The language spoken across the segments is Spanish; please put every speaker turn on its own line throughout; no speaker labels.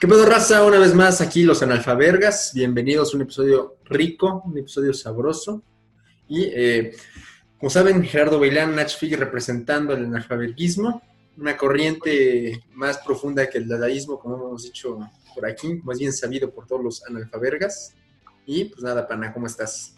¿Qué pedo, raza? Una vez más aquí los analfabergas. Bienvenidos a un episodio rico, un episodio sabroso. Y eh, como saben, Gerardo Bailán, Nach Fig, representando el analfaberguismo, una corriente más profunda que el dadaísmo, como hemos dicho por aquí, más bien sabido por todos los analfabergas. Y pues nada, pana, ¿cómo estás?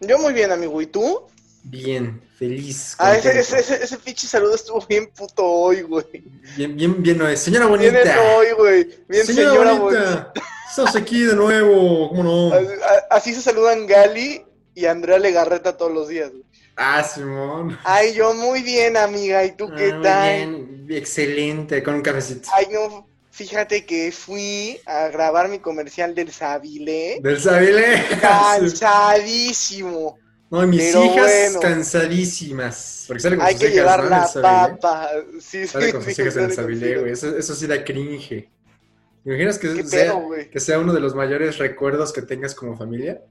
Yo muy bien, amigo. ¿Y tú?
Bien, feliz.
Ah, ese,
contento.
ese, ese, ese pinche saludo estuvo bien puto hoy, güey.
Bien, bien, bien, no es. Señora
Bien
bonita.
hecho hoy, güey. Bien
señora,
señora, güey.
bonita. Estamos aquí de nuevo, ¿cómo no?
Así- a- Así se saludan Gali y Andrea Legarreta todos los días, güey.
Ah, Simón.
Ay, yo muy bien, amiga. ¿Y tú
Ah,
qué
muy
tal? ¿Ah,
bien, Excelente, con un cafecito.
Ay, no. Fíjate que fui a grabar mi comercial del Sabilé.
Del Sabile. Ah,
Cansadísimo.
No, y mis
Pero
hijas
bueno.
cansadísimas. Porque sale con
Hay
sus
que
hijas,
llevar
¿no? En
la
el Sabilé.
papa. Sí, sí.
Sale con sus
sí,
hijas en el
sale con sus
Sabilé,
hijas.
güey. Eso, eso sí da cringe. ¿Te imaginas que
Qué
sea,
pedo, güey.
que sea uno de los mayores recuerdos que tengas como familia?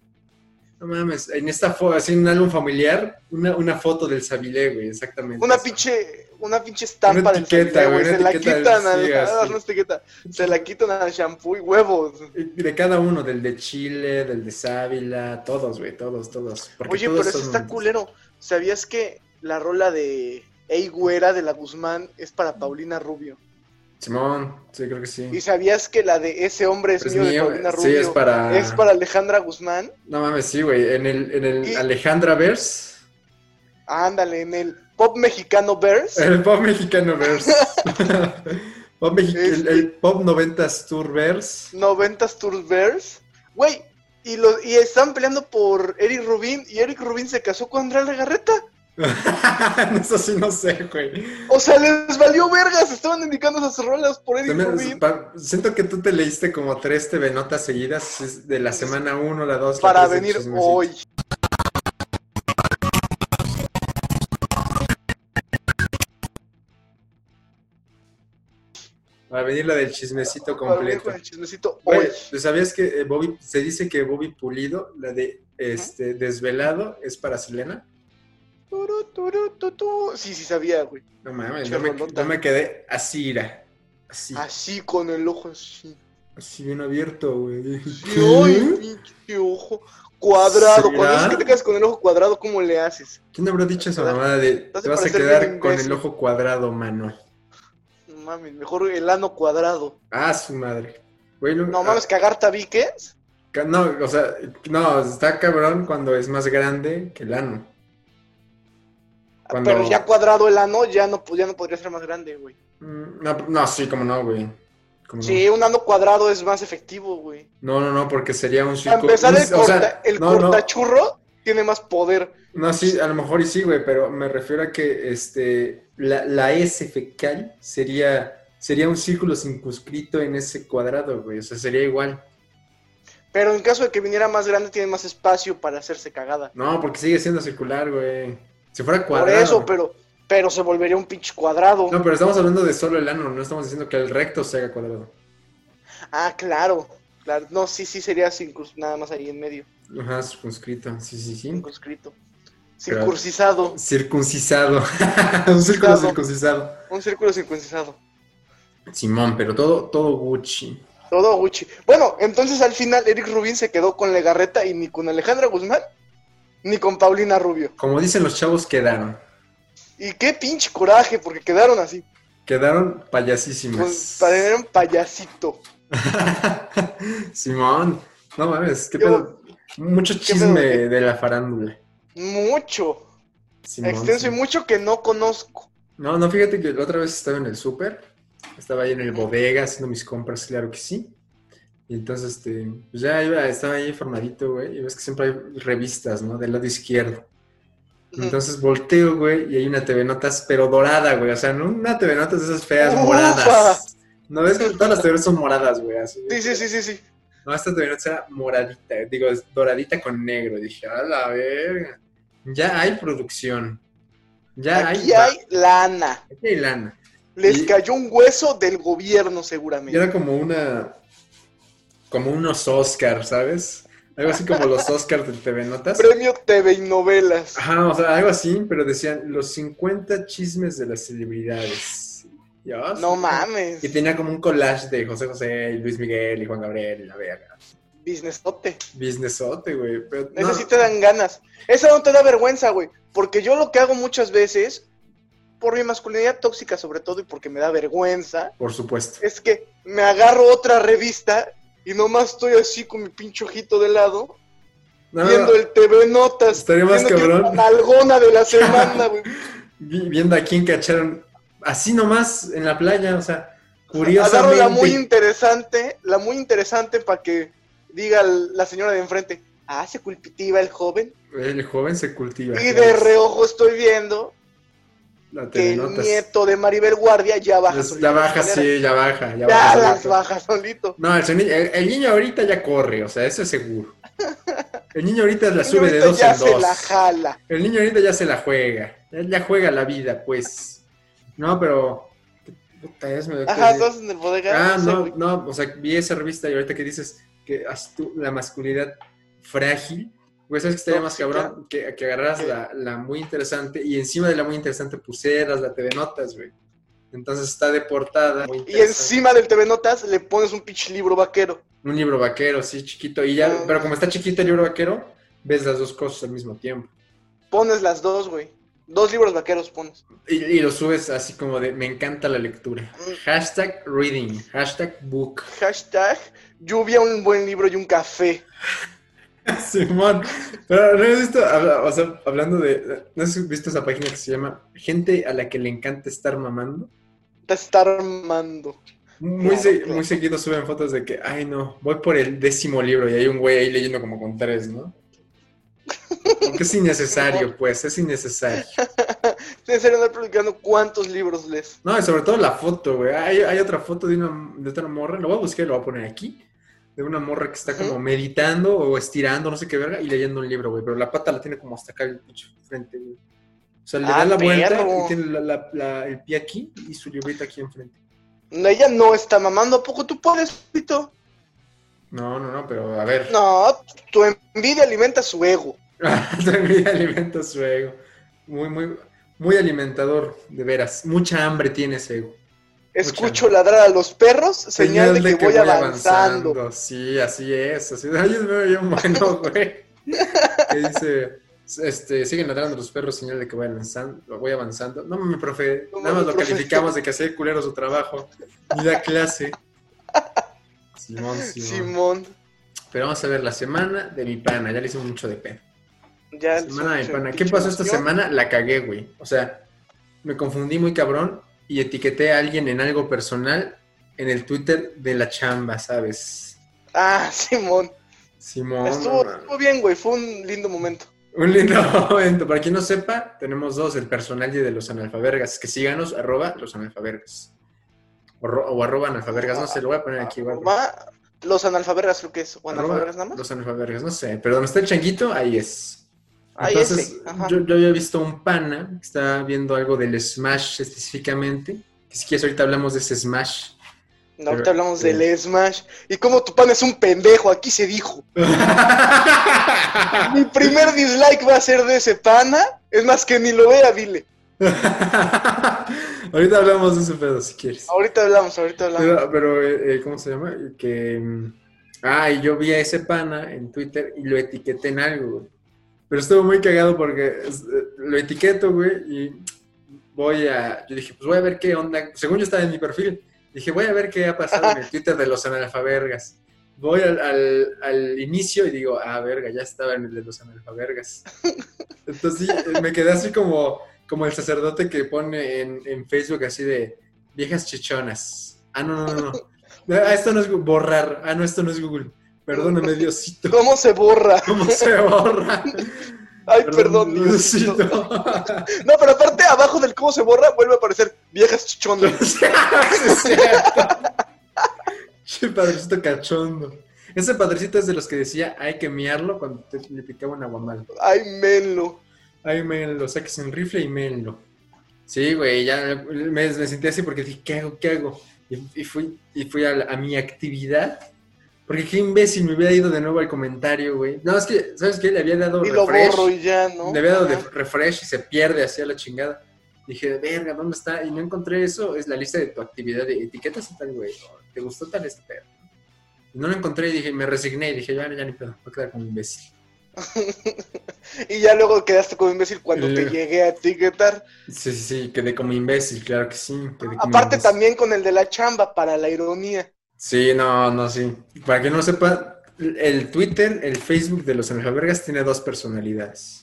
No mames, en esta foto, así en un álbum familiar, una, una foto del Sabilé, güey, exactamente.
Una
Eso.
pinche, una pinche estampa
Una
del
etiqueta,
Sabilé,
güey,
güey. Se
una
la
etiqueta del-
quitan al,
sí,
ah,
así.
una etiqueta. Se la quitan al shampoo y huevos.
Eh, De cada uno, del de Chile, del de Sávila, todos, güey, todos, todos. Porque
Oye,
todos
pero eso
son-
está culero. ¿Sabías que la rola de Ey Güera de la Guzmán es para Paulina Rubio?
Simón, sí, creo que sí.
¿Y sabías que la de Ese hombre es,
Pero es
mío,
mío,
de Paulina
sí,
Rubio
es para-
es para Alejandra Guzmán?
No mames, sí, güey. En el, en el
Y-
Alejandra Verse,
Ándale, en el pop mexicano verse.
el pop mexicano Verse, Pop mexi- el, el
Este-
pop 90s Tour Verse.
90s Tours Verse. Güey, y, lo, y están peleando por Eric Rubin y Eric Rubin se casó con Andrea Legarreta.
Eso sí, no sé, güey.
O sea, les valió vergas, estaban indicando esas rolas por Eric
También,
Rubin.
pa- siento que tú te leíste como tres TV notas seguidas es de la semana 1, la 2,
para venir hoy.
Para venir la del chismecito
Para venir
completo.
con el chismecito
Oye,
hoy.
¿sabías que eh, Bobby, se dice que Bobby Pulido, la de este, Desvelado, es para Selena?
Turu, turu, tu, tu. Sí, sí sabía, güey.
No mames,
Che,
yo me,
rolota.
yo me quedé así, ira. Así,
Así con el ojo así.
así bien abierto, güey.
Sí, ay, pinche ojo. Cuadrado.
¿Será?
Cuando dices que te quedas con el ojo cuadrado, ¿cómo le haces?
¿Quién habrá dicho esa mamada de
Estás
te vas a
parecer
quedar
bien
con el
imbécil.
ojo cuadrado, mano?
No Mames, mejor el ano cuadrado.
Ah, su madre. Güey, no,
No mames, cagar tabiques.
ca- No, o sea, no, está cabrón cuando es más grande que el ano. Cuando-
Ah, Pero ya cuadrado el ano, ya no, po- ya no podría ser más grande, güey.
Mm, No, no, sí, como no, güey. Cómo no.
Sí, un ano cuadrado es más efectivo, güey.
No, no, no, porque sería un
Para
circo.
empezar,
un-
el,
o sea,
corta- el
no, no.
cortachurro tiene más poder.
No, sí, a lo mejor y sí, güey, pero me refiero a que este, la, la S fecal sería, sería un círculo circunscrito en ese cuadrado, güey. O sea, sería igual.
Pero en caso de que viniera más grande, tiene más espacio para hacerse cagada.
No, porque sigue siendo circular, güey. Si fuera
Por
cuadrado.
eso, pero, pero se volvería un pinche cuadrado.
No, pero estamos hablando de solo el ano, no estamos diciendo que el recto se haga cuadrado.
Ah, claro. claro. No, sí, sí, sería circun- nada más ahí en medio,
Ajá, circunscrito. Sí, sí, sí.
circunscrito.
Claro.
Circuncisado.
Circuncisado. un círculo
Circuncisado.
circuncisado.
Un círculo circuncisado.
Simón, pero todo, todo Gucci.
Todo Gucci. Bueno, entonces al final Eric Rubin se quedó con Legarreta y ni con Alejandra Guzmán, ni con Paulina Rubio.
Como dicen los chavos, quedaron.
Y qué pinche coraje, porque quedaron así.
Quedaron
Con,
payasísimas.
Pues, para tener un payasito.
Simón, no mames, qué
Yo-
pedo. Mucho chisme
pedo, eh. qué?
de la farándula.
Mucho.
Simón,
extenso y
sí.
mucho que no conozco.
No, no, fíjate que la otra vez estaba en el súper, estaba ahí en el bodega haciendo mis compras, claro que sí. Y entonces, este, pues ya iba, estaba ahí formadito, güey, y ves que siempre hay revistas, ¿no? Del lado izquierdo.
Ujú.
Entonces volteo, güey, y hay una TV Notas, pero dorada, güey. O sea, no una TV Notas de esas feas
Ufa.
moradas. No ves que todas las TV son moradas, güey. así.
Sí, sí, sí, sí, sí.
No, esta todavía no era moradita, digo, es doradita con negro. Dije, a la verga. Ya hay producción. Ya hay,
Aquí
va-
hay lana.
aquí hay lana.
Les
Y-
cayó un hueso del gobierno,
Y
seguramente.
era como una. Como unos Oscars, ¿sabes? Algo así como los Oscars de TV Notas.
Premio TV y novelas.
Ajá, o sea, algo así, pero decían los 50 chismes de las celebridades. Dios.
No mames.
Ah, Y tenía como un collage de José José, y Luis Miguel y Juan Gabriel y la verga.
Businessote.
Businessote, güey. Pero no.
Eso sí te dan ganas. Eso no te da vergüenza, güey. Porque yo lo que hago muchas veces, por mi masculinidad tóxica sobre todo y porque me da vergüenza,
Por supuesto.
es que me agarro otra revista y nomás estoy así con mi pinche ojito de lado,
No, no,
viendo
no.
el TV Notas.
Estaría más
viendo que es
cabrón.
la nalgona de la semana, güey.
Vi- Viendo a quién cacharon así nomás en la playa, o sea,
Agarro
curiosamente.
la muy interesante, la muy interesante para que diga el- la señora de enfrente, ah, se culpitiva el joven.
El joven se cultiva.
Y de reojo estoy viendo
La
que el
telenotas.
nieto de Maribel Guardia ya baja
Es-
solito
Pues, ya baja,
las escaleras.
sí, ya baja. Ya,
Ya
baja
las
solito.
baja solito.
No, el, soni- el- el niño ahorita ya corre, o sea, eso es seguro. El niño ahorita la
Y
sube de
ahorita
dos
ya
en
se
dos.
la jala.
El niño ahorita ya se la juega. Él ya juega la vida, pues. No, pero. Puta, es medio que-
Ajá, estás en el bodega.
Ah,
no sé,
no,
güey.
no, o sea, vi esa revista y ahorita que dices que as- tú- la masculinidad frágil, pues sabes que estaría más
Tóxica.
cabrón que, que agarraras la, la muy interesante y encima de la muy interesante pusieras la TV Notas, güey. Entonces está deportada.
Y encima del TV Notas le pones un pinche libro vaquero.
Un libro vaquero, sí, chiquito. Y ya,
No.
pero como está chiquito el libro vaquero, ves las dos cosas al mismo tiempo.
Pones las dos, güey. Dos libros vaqueros pones.
Y, y lo subes así como de me encanta la lectura.
Mm.
Hashtag reading, hashtag book.
Hashtag lluvia, un buen libro y un café.
Simón, pero no has visto, habla- o sea, hablando de, ¿no has visto esa página que se llama Gente a la que le encanta estar mamando?
Te está armando.
Muy,
No,
se-
claro.
muy seguido suben fotos de que, ay no, voy por el décimo libro y hay un güey ahí leyendo como con tres, ¿no? Porque es innecesario, pues, es innecesario.
En serio, andar publicando cuántos libros lees.
No, y sobre todo la foto, güey. Hay, hay otra foto de una, de otra morra, lo voy a buscar y lo voy a poner aquí. De una morra que está como
Ujú.
meditando o estirando, no sé qué verga, y leyendo un libro, güey. Pero la pata la tiene como hasta acá el pinche frente, güey. O sea, le
Ah,
da la vuelta
perro.
y tiene la- la- la- el pie aquí y su librito aquí enfrente.
Ella no está mamando. ¿A poco tú puedes, Pito?
No, no, no, pero a ver.
No, tu envidia alimenta su ego.
También alimenta su ego. Muy, muy, muy alimentador, de veras. Mucha hambre tiene ese ego.
Escucho ladrar a los perros, señal, de que, voy, avanzando.
Sí, así es. Así, ay, es medio bien bueno, güey. que dice, este, siguen ladrando los perros, señal de que voy avanzando. Voy avanzando. No, mi profe,
No,
nada más
mi
lo
profe.
calificamos de que hacía culero su trabajo. Ni da clase. Simón, Simón.
Simón,
Pero vamos a ver la semana de mi pana. Ya le hice mucho de pedo.
ya.
Semana de mi
se-
pana. ¿Qué
pinche
pasó esta
emoción.
semana? La cagué, güey. O sea, me confundí muy cabrón y etiqueté a alguien en algo personal en el Twitter de la chamba, ¿sabes?
Ah, Simón.
Simón.
estuvo,
no, no.
estuvo bien, güey. Fue un lindo momento.
Un lindo momento. Para quien no sepa, tenemos dos, el personal y de los analfabergas. Que síganos, arroba los analfabergas. O, ro- o arroba analfabergas, no sé, lo voy a poner aquí. igual.
Va, los analfabergas, creo que es. ¿O
Arroba
analfabergas nada más?
Los analfabergas, no sé. Pero donde está el changuito, ahí es.
Ahí
Entonces,
ese, ajá.
yo, yo había visto un pana que estaba viendo algo del Smash específicamente. Que si quieres, ahorita hablamos de ese Smash.
No, ahorita hablamos
Sí.
del Smash. Y como tu pan es un pendejo, aquí se dijo.
Ah.
Mi primer dislike va a ser de ese pana. Es más, que ni lo vea, dile.
ahorita hablamos de ese pedo si quieres.
Ahorita hablamos, ahorita hablamos.
Pero, pero, eh, eh, ¿cómo se llama? Que. mm, Ah, y yo vi a ese pana en Twitter y lo etiqueté en algo, güey. Pero estuvo muy cagado porque es, eh, lo etiqueto, güey, y voy a. Yo dije, pues voy a ver qué onda. Según yo estaba en mi perfil, dije, voy a ver qué ha pasado en el Twitter de los analfabergas. Voy al, al- al inicio y digo, ah, verga, ya estaba en el de los analfabergas. Entonces sí, me quedé así como, como el sacerdote que pone en, en Facebook así de viejas chichonas. Ah, no, no, no, no. Ah, esto no es Gu- borrar. Ah, no, esto no es Google. Perdóname, Diosito.
¿Cómo se borra?
¿Cómo se borra?
Ay, perdón, Diosito. No, pero aparte, abajo del cómo se borra, vuelve a aparecer viejas chichonas.
Sí, es cierto. Che, padrecito cachondo. Ese padrecito es de los que decía hay que miarlo cuando te, le picaba un aguamal.
Ay, menlo.
Ay, menlo, saques en rifle y menlo. Sí, güey, ya me, me sentí así porque dije, ¿qué hago? ¿Qué hago? Y, y fui, y fui a, la- a mi actividad. Porque qué imbécil me hubiera ido de nuevo al comentario, güey. No, es que, ¿sabes qué? Le había dado
Y lo
refresh.
borro y ya, ¿no?
Le había dado de
Ajá.
refresh y se pierde así a la chingada. Dije, verga, ¿dónde está? Y no encontré eso. Es la lista de tu actividad de etiquetas a tal güey. o, ¿Te gustó tal este pedo? Y no lo encontré y dije, me resigné. Y dije, ya, ya ni pedo. Voy a quedar como imbécil.
y ya luego quedaste como imbécil cuando te
Luego. llegué
llegué a etiquetar.
Sí, sí, sí. Quedé como imbécil, claro que sí. quedé como
Aparte
imbécil.
también con el de la chamba, para la ironía.
Sí, no, no, sí. Para que no sepa, el Twitter, el Facebook de los Alfabergas tiene dos personalidades.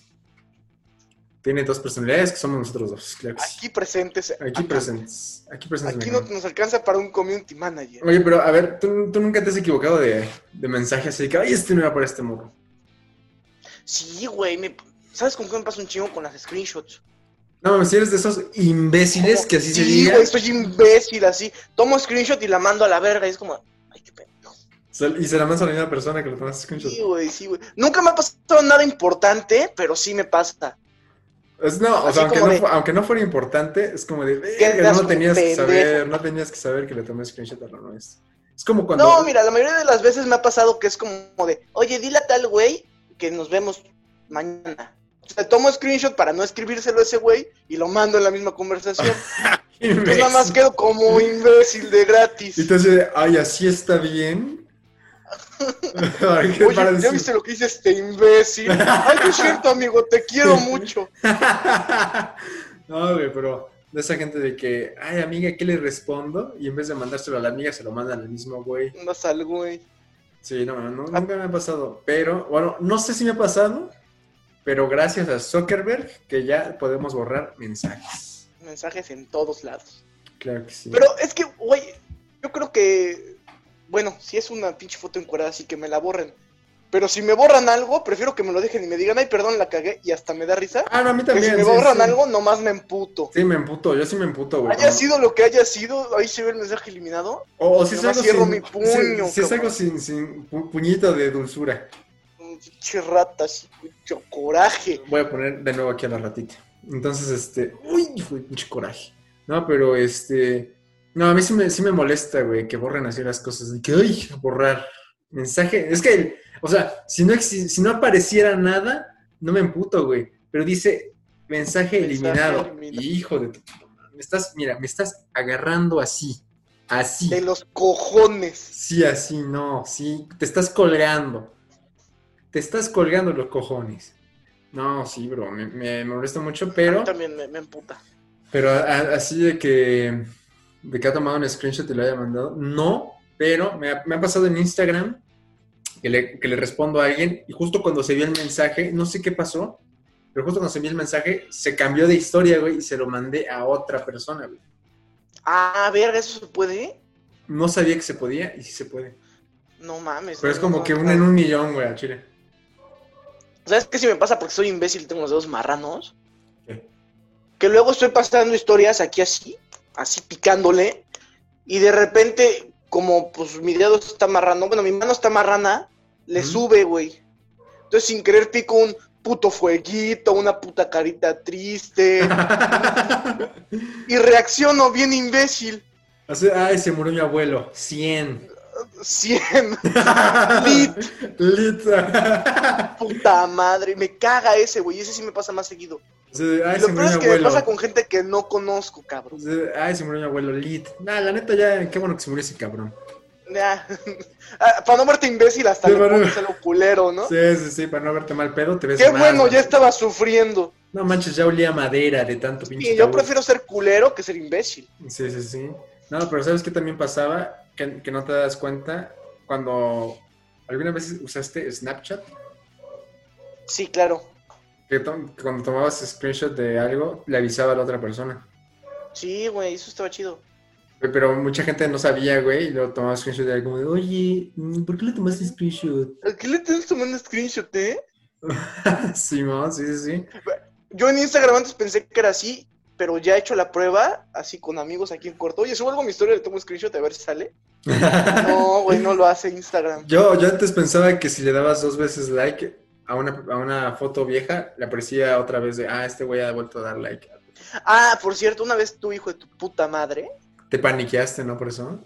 Tiene dos personalidades que somos nosotros dos, claro que sí.
Aquí presentes.
Aquí
acá.
presentes. Aquí presentes.
Aquí
mi
no
hermano.
nos alcanza para un community manager.
Oye, pero a ver, ¿tú, tú nunca te has equivocado de, de mensaje así que, ay, este no era para este morro.
Sí, güey. me- ¿Sabes con qué me pasa un chingo con las screenshots?
No mames, si eres de esos imbéciles que así se
Oh, Sí,
diga.
güey, soy imbécil así. Tomo screenshot y la mando a la verga. Y es como, ay, qué pendejo.
Sal- Y se la mandas a la misma persona que lo tomaste screenshot.
Sí, güey, sí, güey. Nunca me ha pasado nada importante, pero sí me pasa.
Es- no, o
Así
sea, aunque no,
como de-
fu- aunque no fuera importante, es como de, "Verga,
andas
no
como
tenías que
pendejo".
saber, no tenías que saber que le tomé screenshot a lo nuestro. Es como cuando...
No, mira, la mayoría de las veces me ha pasado que es como de, oye, dile a tal güey que nos vemos mañana. O sea, tomo screenshot para no escribírselo a ese güey y lo mando en la misma conversación. Pues nada más quedo como imbécil de gratis.
Y te dice, ay, así está bien. Ay, qué
Oye, ¿ya
parece.
viste lo que hice este imbécil? Ay, no es cierto, amigo, te quiero mucho.
no, güey, pero de esa gente de que, ay, amiga, ¿qué le respondo? Y en vez de mandárselo a la amiga, se lo mandan al mismo güey.
Andas al güey.
Sí, no, no, nunca me ha pasado. Pero, bueno, no sé si me ha pasado, pero gracias a Zuckerberg que ya podemos borrar mensajes.
Mensajes en todos lados.
Claro que sí.
Pero es que, güey, yo creo que, bueno, si es una pinche foto encuadrada, así que me la borren. Pero si me borran algo, prefiero que me lo dejen y me digan, ay, perdón, la cagué, y hasta me da risa.
ah, no, a mí
Que
también.
si me
sí,
borran
sí.
algo, Ah, nomás me emputo.
Sí, me emputo, yo sí me emputo, güey.
Haya
Como-
sido lo que haya sido, ahí se ve el mensaje eliminado.
O, o si es
Nomás
algo
cierro
sin,
mi puño,
si, si es
cabrón.
algo sin, sin pu- puñito de dulzura.
Pinche rata, así, mucho coraje.
Voy a poner de nuevo aquí a la ratita. Entonces, este, uy, hijo de pinche coraje. No, pero este, no, a mí sí me, sí me molesta, güey, que borren así las cosas. De que, uy, borrar mensaje. Es que, o sea, si no, exi- si no apareciera nada, no me emputo, güey. Pero dice mensaje
Mensaje
eliminado.
eliminado.
Hijo de tu me estás, mira, me estás agarrando así. Así.
De los cojones.
Sí, así no, sí, te estás colgando. Te estás colgando los cojones. No, sí, bro, me, me molesta mucho, pero,
También me, me emputa.
pero a- a- así de que, de que ha tomado un screenshot y lo haya mandado, no, pero me ha, me ha pasado en Instagram que le, que le respondo a alguien y justo cuando se vio el mensaje, no sé qué pasó, pero justo cuando se vio el mensaje, se cambió de historia, güey, y se lo mandé a otra persona, güey.
Ah, verga, ¿eso se puede? ¿eh?
No sabía que se podía y sí se puede.
No mames. Ah,
Pero es
no,
como
no,
que
no.
uno en un millón, güey, a Chile.
¿Sabes qué si me pasa porque soy imbécil y tengo los dedos marranos?
¿Qué?
Que luego estoy pasando historias aquí así, así picándole, y de repente, como pues mi dedo está marrano, bueno, mi mano está marrana, le
Ujú.
sube, güey. Entonces sin querer pico un puto fueguito, una puta carita triste, y reacciono bien imbécil.
Así, ay, se murió mi abuelo. 100.
100,
Lit. Lit.
puta madre, me caga ese, güey, ese sí me pasa más seguido.
Así,
Y
ay, se
lo peor
murió
es
mi
que me
abuelo.
pasa con gente que no conozco, cabrón.
Así, Ay, se murió mi abuelo. Lit. Nah, la neta, ya, qué bueno que se murió ese cabrón.
Ya. Ah, Para no verte imbécil hasta
Sí,
le
para-
pones algo culero, ¿no?
Sí, sí, sí, para no verte mal pedo, te ves
Qué
mal,
bueno,
güey.
ya estaba sufriendo.
No manches, ya olía a madera de tanto pinche
Y yo
tabú.
prefiero ser culero que ser imbécil.
Sí, sí, sí. No, pero ¿sabes qué también pasaba? Que, que no te das cuenta cuando... ¿Alguna vez usaste Snapchat?
Sí, claro.
Que to- que cuando tomabas screenshot de algo, le avisaba a la otra persona.
Sí, güey, eso estaba chido.
Güey, Pero mucha gente no sabía, güey, y luego tomaba screenshot de como de, oye, mm, ¿por qué le tomaste screenshot?
¿A qué le tienes tomando screenshot, eh?
Simón, sí, sí, sí.
Yo en Instagram antes pensé que era así, pero ya he hecho la prueba, así con amigos aquí en corto. Oye, subo algo a mi historia, le tomo screenshot a ver si sale. No, güey, no lo hace Instagram.
Yo, yo antes pensaba que si le dabas dos veces like a una, a una foto vieja, le aparecía otra vez de, ah, este güey ha vuelto a dar like.
Ah, por cierto, una vez tu hijo de tu puta madre.
Te paniqueaste, ¿no? Por eso.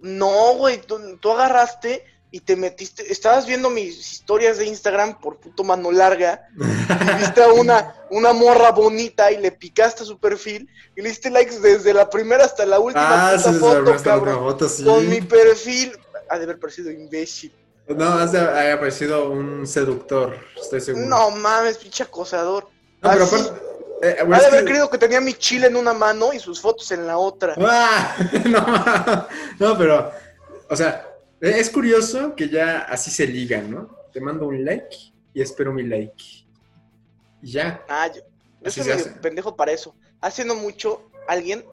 No, güey, tú, tú agarraste y te metiste, estabas viendo mis historias de Instagram por puto mano larga, y viste a una, una morra bonita y le picaste a su perfil y le diste likes desde la primera hasta la última
Ah,
puta
sí, se abrió
foto,
hasta otra
cabrón.
foto, sí.
Con mi perfil, ha de haber parecido imbécil.
No, has de haber parecido un seductor, estoy seguro.
No mames, pinche acosador.
No, pero
Así.
aparte. eh,
Ha
bueno,
de
es
haber
que-
creído que tenía mi chile en una mano y sus fotos en la otra.
¡Ah! No, no, pero. O sea, eh, es curioso que ya así se ligan, ¿no? Te mando un like y espero mi like. Y ya.
Ah, yo, yo
Así
soy
se
medio
hace.
pendejo para eso. Hace no mucho, alguien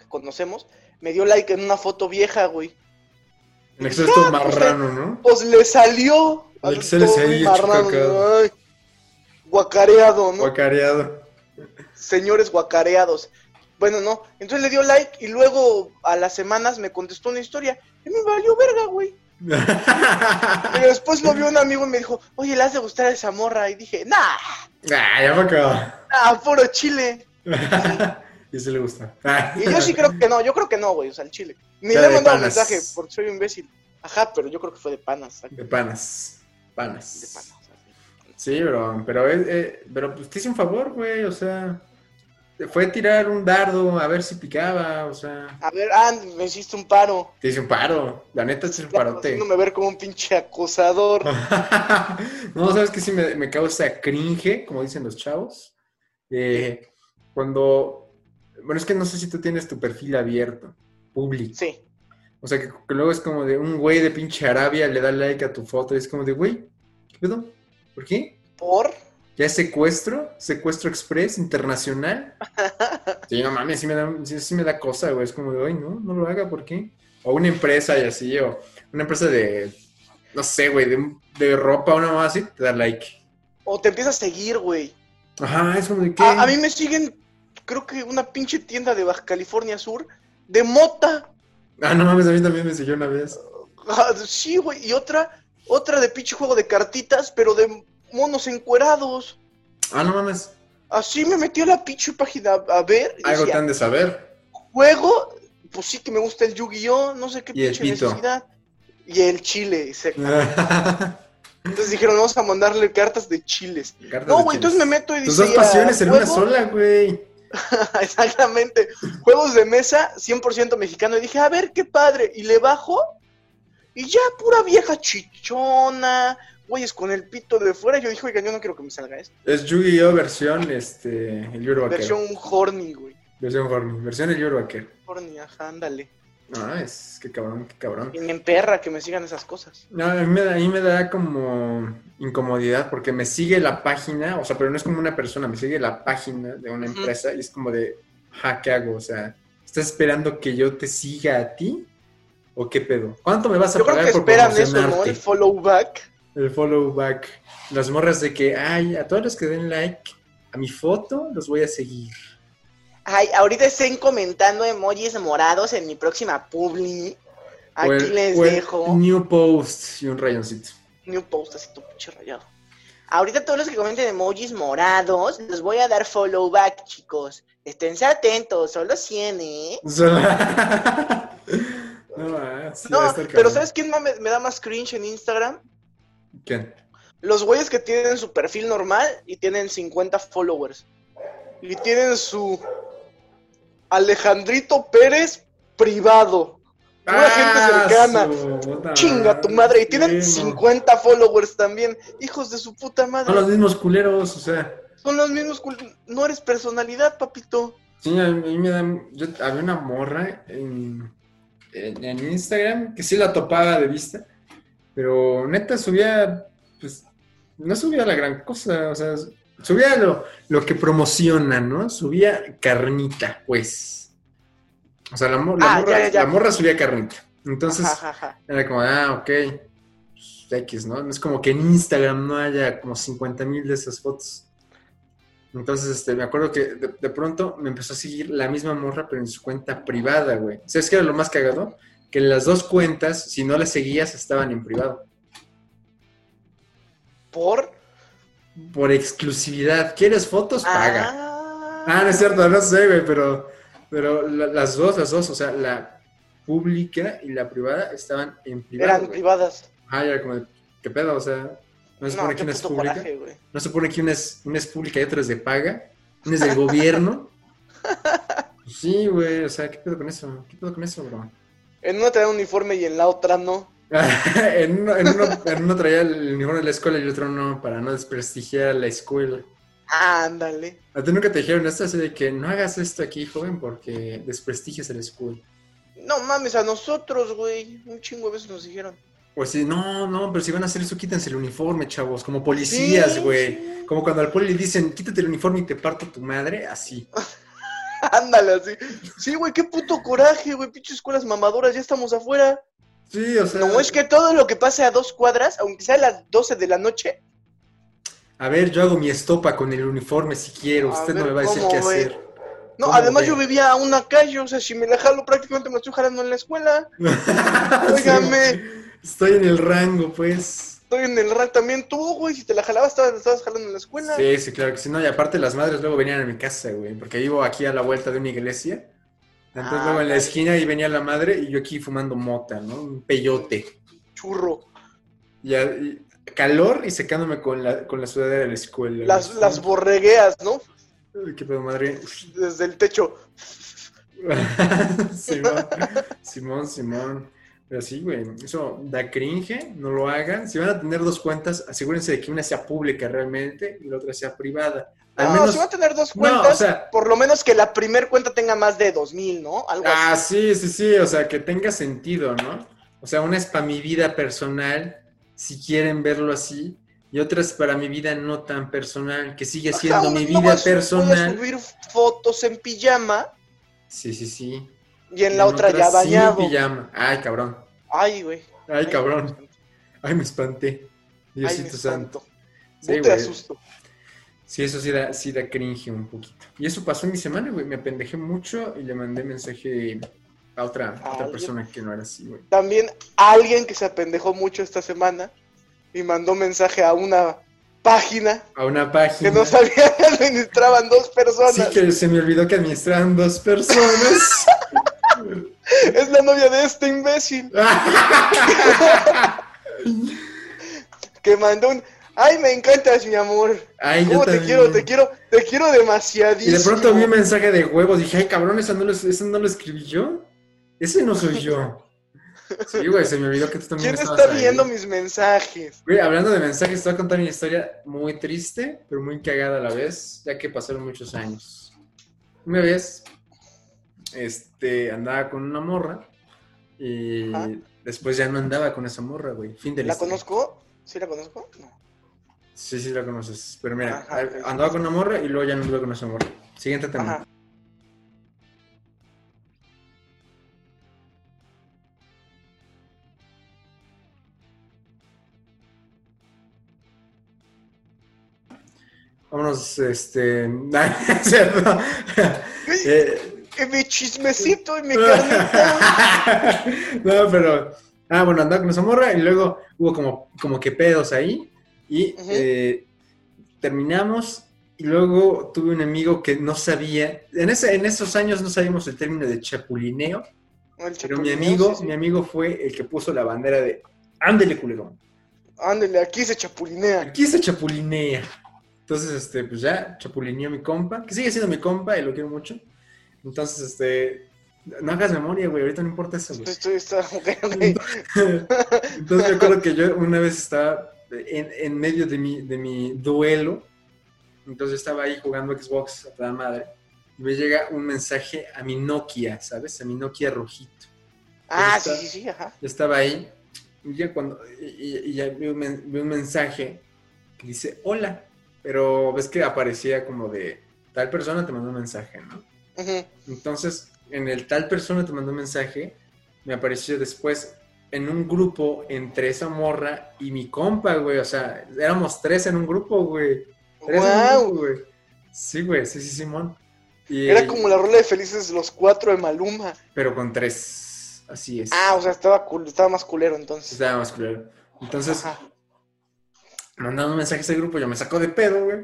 que conocemos me dio like en una foto vieja, güey.
En Excel es todo marrano, ¿no?
Pues le salió.
Al que se les
Todo
ha hecho
marrano,
cacao.
ay, guacareado, ¿no?
Guacareado.
Señores guacareados. Bueno, no. Entonces le dio like y luego a las semanas me contestó una historia. Y me valió verga, güey. Pero después lo vio un amigo y me dijo, oye, le has de gustar a esa morra. Y dije, nah,
Ah, ya me acabó.
nah, puro chile.
y sí le gusta.
Y yo sí creo que no, yo creo que no, güey, o sea, el chile. Ni
Ya
le he
de
mandado
panas.
mensaje porque soy un imbécil. Ajá, pero yo creo que fue de panas, exacto,
De panas. Panas.
de panas. así.
Sí, bro, pero, es- eh, pero pues, te hice un favor, güey, o sea, te fue tirar un dardo a ver si picaba, o sea,
A ver, ah, me hiciste un paro.
te hice un paro, la neta te hice un
Claro,
parote.
Haciéndome ver como un pinche acosador.
no, sabes que sí me, me causa cringe, como dicen los chavos, Eh, cuando, bueno, es que no sé si tú tienes tu perfil abierto, público,
Sí.
o sea, que, que luego es como de un güey de pinche Arabia le da like a tu foto y es como de, güey, ¿qué pedo? ¿Por qué?
¿Por?
¿Ya es secuestro? ¿Secuestro express internacional? Sí, no mames, sí me da, sí, sí me da cosa, güey. Es como de, ay, no, no lo haga, ¿por qué? O una empresa y así, o una empresa de, no sé, güey, de, un- de ropa o una más así, te da like.
O te empieza a seguir, güey.
Ajá, es como de, ¿qué?
Ah, A, a mí me siguen, creo que una pinche tienda de Baja California Sur, de mota.
Ah, no mames, a mí también me siguió una vez.
Ah, Sí, güey. Y otra, otra de pinche juego de cartitas, pero de monos encuerados.
Ah, no mames,
Así me metí a la pinche página a ver. y
algo
decía,
tan de saber.
juego, pues sí que me gusta el Yu-Gi-Oh, no sé qué
Y el
pinche
pito.
necesidad. Y el chile, exacto. Entonces dijeron, vamos a mandarle cartas de chiles. No, güey, entonces me meto y
Tus
decía...
dos pasiones en una
juego-
sola, güey.
Exactamente. Juegos de mesa, 100% mexicano. Y dije, a ver, qué padre. Y le bajo, y ya pura vieja chichona, güeyes con el pito de fuera. Yo dije, oiga, yo no quiero que me salga esto.
Es Yu-Gi-Oh! versión, este, el libro vaquero.
Versión horny, güey.
Versión horny, versión el libro vaquero.
Horny, ajá, ándale.
No, es que cabrón, que cabrón.
Y me emperra que me sigan esas cosas.
No, a mí, me da, a mí me da como incomodidad porque me sigue la página, o sea, pero no es como una persona, me sigue la página de una
Ujú.
empresa y es como de, ja, ¿qué hago? O sea, ¿estás esperando que yo te siga a ti? ¿O qué pedo? ¿Cuánto me vas a
Yo creo
pagar
que
por
esperan eso, ¿no?
promocionarte?
El follow back.
El follow back. Las morras de que, ay, a todos los que den like a mi foto, los voy a seguir.
Ay, ahorita estén comentando emojis morados en mi próxima publi. Aquí
O el-
les
o el
dejo
New post y un rayoncito.
ni un post así tu pinche rayado. Ahorita todos los que comenten emojis morados, les voy a dar follow back, chicos. Esténse atentos, solo 100, ¿eh?
Solo- no, ah, sí, va a
No,
estar
pero
cabrón.
¿sabes quién mame- me da más cringe en Instagram?
¿Quién?
Los güeyes que tienen su perfil normal y tienen 50 followers. Y tienen su Alejandrito Pérez privado. Una gente cercana.
Ah, su puta
Chinga tu madre. Y tienen
Sí, no.
50 followers también. Hijos de su puta
Son los
madre.
mismos culeros, o sea.
Son los mismos. cul- No eres personalidad, papito.
Sí, a mí me dan. Yo había una morra en, en, en Instagram que sí la topaba de vista, pero neta subía. Pues no subía la gran cosa, o sea, subía lo, lo que promocionan, ¿no? Subía carnita, pues. O sea, la, mo- la
Ah,
morra,
ya, ya, ya.
la morra subía carnita. Entonces.
Ajá, ajá, ajá.
Era como, ah, ok. pues, X, ¿no? No Es como que en Instagram no haya como 50 mil de esas fotos. Entonces, este, me acuerdo que de, de pronto me empezó a seguir la misma morra, pero en su cuenta privada, güey. ¿Sabes qué era lo más cagado? Que las dos cuentas, si no las seguías, estaban en privado.
Por.
Por exclusividad. ¿Quieres fotos? pues Paga.
Ah,
Ah, no es cierto, no sé, güey, pero, pero la- las dos, las dos, o sea, la pública y la privada estaban en privado.
Eran
güey.
privadas.
Ajá, ya como, de, ¿qué pedo? O sea, no se
No,
supone
qué
que una es
puto
pública.
coraje, güey.
No se supone que una es, una es pública y otra es de paga. Una es del gobierno. Pues sí, güey, o sea, ¿qué pedo con eso? ¿Qué pedo con eso, bro?
En una trae un uniforme y en la otra no.
en, uno, en, uno, en uno traía el uniforme de la escuela y el otro no, para no desprestigiar la escuela.
Ándale.
¿A ti nunca te dijeron esto así de que no hagas esto aquí, joven, porque desprestigias el escuela?
No mames, a nosotros, güey. Un chingo de veces nos dijeron.
O así, no, no, pero si van a hacer eso, quítense el uniforme, chavos, como policías,
Sí,
güey.
sí.
Como cuando al poli le dicen, quítate el uniforme y te parto tu madre, así.
Ándale, así. Sí, güey, qué puto coraje, güey. Pinches escuelas mamadoras, ya estamos afuera.
Sí, o sea.
No, es que todo lo que pase a dos cuadras, aunque sea a las 12 de la noche.
A ver, yo hago mi estopa con el uniforme si quiero,
A
usted no
ver,
me va a decir
¿cómo
qué
ve?
hacer.
No,
¿Cómo
además
ve?
yo vivía a una calle, o sea, si me la jalo prácticamente me la estoy jalando en la escuela.
Sí,
Óigame.
estoy en el rango, pues.
Estoy en el RAN también tú, güey. Si te la jalabas, estabas, estabas jalando en la escuela.
Sí, sí, claro que sí. No, y aparte las madres luego venían a mi casa, güey, porque vivo aquí a la vuelta de una iglesia. Entonces
Ah,
luego en la
ok.
esquina y venía la madre y yo aquí fumando mota, ¿no? Un peyote.
Churro.
Y, a- y calor y secándome con la, con la sudadera de la escuela.
Las,
güey.
las borregueas, ¿no?
Ay, ¿Qué pedo, madre?
Desde el techo.
Simón, Simón, Simón. Pero sí, güey, eso da cringe, no lo hagan. Si van a tener dos cuentas, asegúrense de que una sea pública realmente y la otra sea privada. Al
No,
menos...
Ah, si va a tener dos
no,
cuentas,
o sea-
por lo menos que la primer cuenta tenga más de dos mil, ¿no? Algo
Ah,
así.
sí, sí, sí, o sea, que tenga sentido, ¿no? O sea, una es para mi vida personal, si quieren verlo así, y otra es para mi vida no tan personal, que sigue
Ajá,
siendo
uno
mi
no
vida
va a su- Voy a
personal.
subir fotos en pijama
Sí, sí, sí.
y en
Y
la otra, ya
sí,
bañado.
pijama. Ay, cabrón.
Ay, güey.
Ay, cabrón. Ay, me espanté. Diosito
Ay, me
santo.
santo.
Sí,
no te
güey.
asusto.
Sí, eso sí da, sí da cringe un poquito. Y eso pasó en mi semana, güey. Me pendejé mucho y le mandé mensaje a otra, a otra
Ay.
persona que no era así, güey.
También alguien que se apendejó mucho esta semana y mandó mensaje a una página
A una
que
página.
no sabía que administraban dos personas.
sí, que se me olvidó que administraban dos personas.
Es la novia de este imbécil que mandó un. Ay, me encantas, mi amor.
Ay, yo
¿Cómo te
también.
quiero? Te quiero, te quiero
Y
demasiadísimo.
de pronto vi un mensaje de huevos. Dije, ay, cabrón, ¿eso no lo, eso no lo escribí yo? Ese no soy yo. Sí, güey, se me olvidó que tú también
¿Quién está
estabas ahí.
viendo mis mensajes?
Güey, hablando de mensajes, te voy a contar una historia muy triste, pero muy cagada a la vez, ya que pasaron muchos años. Una vez, este, andaba con una morra y
Ajá.
después ya no andaba con esa morra, güey. Fin de la
¿La
historia.
conozco? ¿Sí la conozco? No.
Sí, sí, la conoces. Pero mira,
Ajá,
eh,
ok.
andaba con una morra y luego ya no anduve con esa morra. Siguiente tema.
Ajá.
Vámonos, este. nah, es cierto. Eh,
Y mi chismecito y mi carnita.
no, pero. Ah, bueno, andaba con esa morra y luego hubo como, como que pedos ahí. Y
Ujú.
eh, terminamos. Y luego tuve un amigo que no sabía. En, ese, en esos años no sabíamos el término de chapulineo.
El
Pero mi
chapulineo,
amigo,
sí, sí.
mi amigo fue el que puso la bandera de ándele culerón.
Ándale, aquí se chapulinea.
Aquí se chapulinea. Entonces, este, pues ya, chapulineó mi compa, que sigue siendo mi compa y lo quiero mucho. Entonces, este, no hagas memoria, güey, ahorita no importa eso, güey.
Esto está. ok, ok.
Entonces me acuerdo que yo una vez estaba en, en medio de mi, de mi duelo, entonces estaba ahí jugando Xbox a toda madre, y me llega un mensaje a mi Nokia, ¿sabes? A mi Nokia rojito.
Ah, sí,
está.
sí, sí, ajá.
Yo estaba ahí y ya cuando y, y- y ya vi un, men- vi un mensaje que dice hola, pero ves que aparecía como de tal persona te mandó un mensaje, ¿no?
Ujú.
Entonces, en el tal persona te mandó un mensaje, me apareció después en un grupo entre esa morra y mi compa, güey, o sea, éramos tres en un grupo, güey. Tres en un
Guau.
grupo, güey. Sí, güey, sí, sí, Simón. Y-
Era como la rola de Felices los Cuatro de Maluma.
Pero con tres, así es.
Ah, o sea, estaba, cul- estaba más culero entonces.
Estaba más culero. Entonces,
Ajá.
mandando mensajes al grupo, yo me saco de pedo, güey.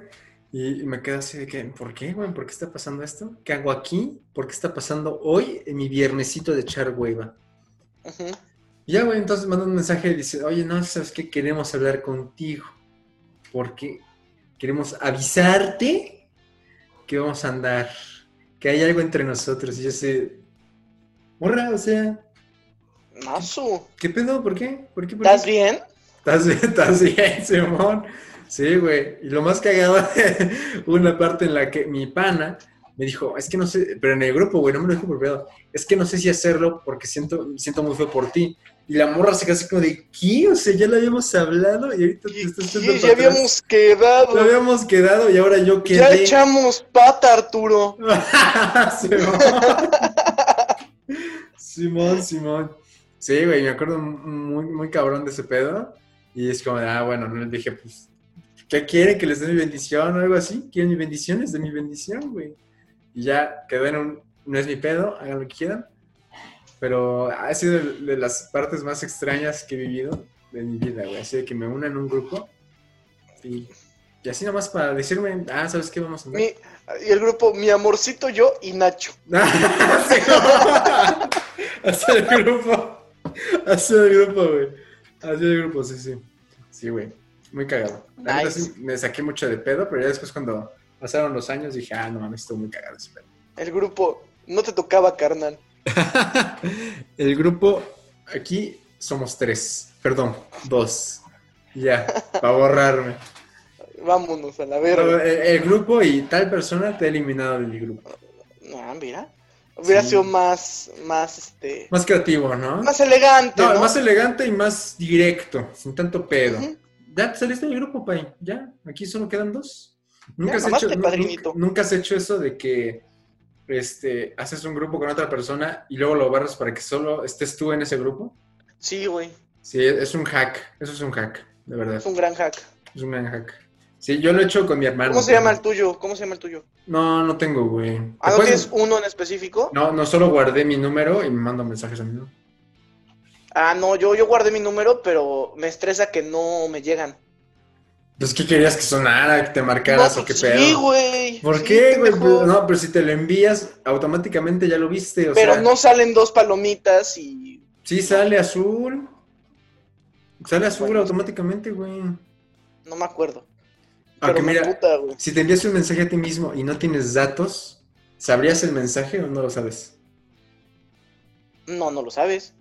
Y y me quedo así de que, ¿por qué, güey? ¿Por qué está pasando esto? ¿Qué hago aquí? ¿Por qué está pasando hoy en mi viernesito de echar hueva?
Ujú.
Y ya, güey, entonces manda un mensaje y dice, oye, no, ¿sabes qué? Queremos hablar contigo. Porque queremos avisarte que vamos a andar. Que hay algo entre nosotros. Y yo sé, morra, o sea,
Mazo.
¿qué pedo? ¿Por qué? ¿Por qué? ¿Por
¿Estás
qué?
bien?
¿Estás bien? ¿Estás bien, Simón? Sí, güey. Y lo más cagado, una parte en la que mi pana me dijo, es que no sé, pero en el grupo, güey, no me lo dijo por privado, es que no sé si hacerlo porque siento, siento muy feo por ti. Y la morra se quedó así como de, ¿qué? O sea, ya lo habíamos hablado y ahorita te
Y-
estás
y
yendo
ya
para atrás.
habíamos quedado.
Lo habíamos quedado y ahora yo
Ya
quedé.
echamos pata, Arturo.
Simón. Simón, Simón. Sí, güey, me acuerdo muy, muy cabrón de ese pedo. Y es como, de, ah, bueno, no les dije, pues, ¿qué quieren? ¿Que les dé mi bendición o algo así? ¿Quieren mi bendición? Les dé mi bendición, güey. Y ya quedó en un, no es mi pedo, hagan lo que quieran. Pero ha sido de, de las partes más extrañas que he vivido de mi vida, güey. Así de que me unan a un grupo y, y así nomás para decirme, ah, ¿sabes qué? Vamos a andar.
Mi- y el grupo Mi Amorcito, yo y Nacho.
Hacia el grupo. Hacia el grupo, güey. Hacia el grupo, sí, sí. Sí, güey. Muy cagado. La neta
Nice.
sí me saqué mucho de pedo, pero ya después cuando pasaron los años dije, ah, no mames, estuvo muy cagado ese pedo.
El grupo No te tocaba, carnal.
el grupo, aquí somos tres. Perdón, dos. Ya, para borrarme.
Vámonos a la
Pero
verga.
el, el grupo y tal persona te ha eliminado de mi grupo.
Ah, mira. Hubiera
Sí.
sido más, más, este,
Más creativo, ¿no?
más elegante,
No,
¿no?
más elegante y más directo, sin tanto pedo.
Ujú.
Ya te saliste del grupo, Pai. Ya, aquí solo quedan dos. Nunca,
Ya,
has,
mamaste,
hecho, nu-
padrinito.
nunca, nunca has hecho eso de que este, haces un grupo con otra persona y luego lo barras para que solo estés tú en ese grupo.
Sí, güey.
Sí, e, es un hack. Eso es un hack, de verdad.
Es un gran hack.
Es un gran hack. Sí, yo lo he hecho con mi hermano.
¿Cómo se llama el tuyo? ¿Cómo se llama el tuyo?
No, no tengo, güey.
Ah, ¿no
Después-
tienes uno en específico?
no, no, solo guardé mi número y me mando mensajes a mí. ¿no?
Ah, no, yo, yo guardé mi número, pero me estresa que no me llegan.
Pues, ¿qué querías que sonara, que te marcaras
No,
o qué
pues
pedo?
Sí, güey.
¿Por
Sí,
qué, güey?
pendejo.
Pero- No, pero si te lo envías, automáticamente ya lo viste. O
pero
sea,
no salen dos palomitas y.
Sí, sale azul. Sale azul
Bueno,
automáticamente, güey.
No me acuerdo.
Aunque
Pero me
Ah, mira,
puta, güey.
si te envías un mensaje a ti mismo y no tienes datos, ¿sabrías el mensaje o no lo sabes?
No, no lo sabes.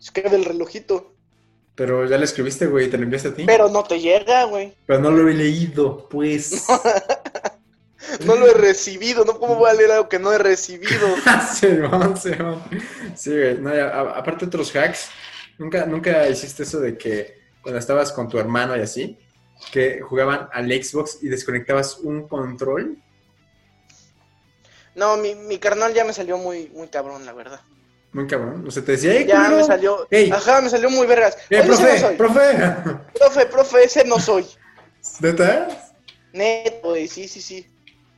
Es que del relojito.
Pero ya lo escribiste, güey, y te lo enviaste a ti. Pero,
Pero no te llega, güey.
no lo he leído, pues.
No lo he recibido. ¿no? ¿Cómo voy a leer algo que no he recibido?
Ah, se van, se van. Sí, güey. no, ya, a- aparte otros hacks, ¿nunca, nunca hiciste eso de que cuando estabas con tu hermano y así, que jugaban al Xbox y desconectabas un control.
No, mi, mi carnal ya me salió muy, muy cabrón, la verdad.
Muy cabrón. O sea, te decía, ¡eh,
Ya
culero!
me salió.
Ey.
Ajá, me salió muy vergas.
Eh,
Oye, ese
profe,
no soy.
profe.
Profe, profe, ese no soy.
¿Neta?
Neto, güey, sí, sí, sí.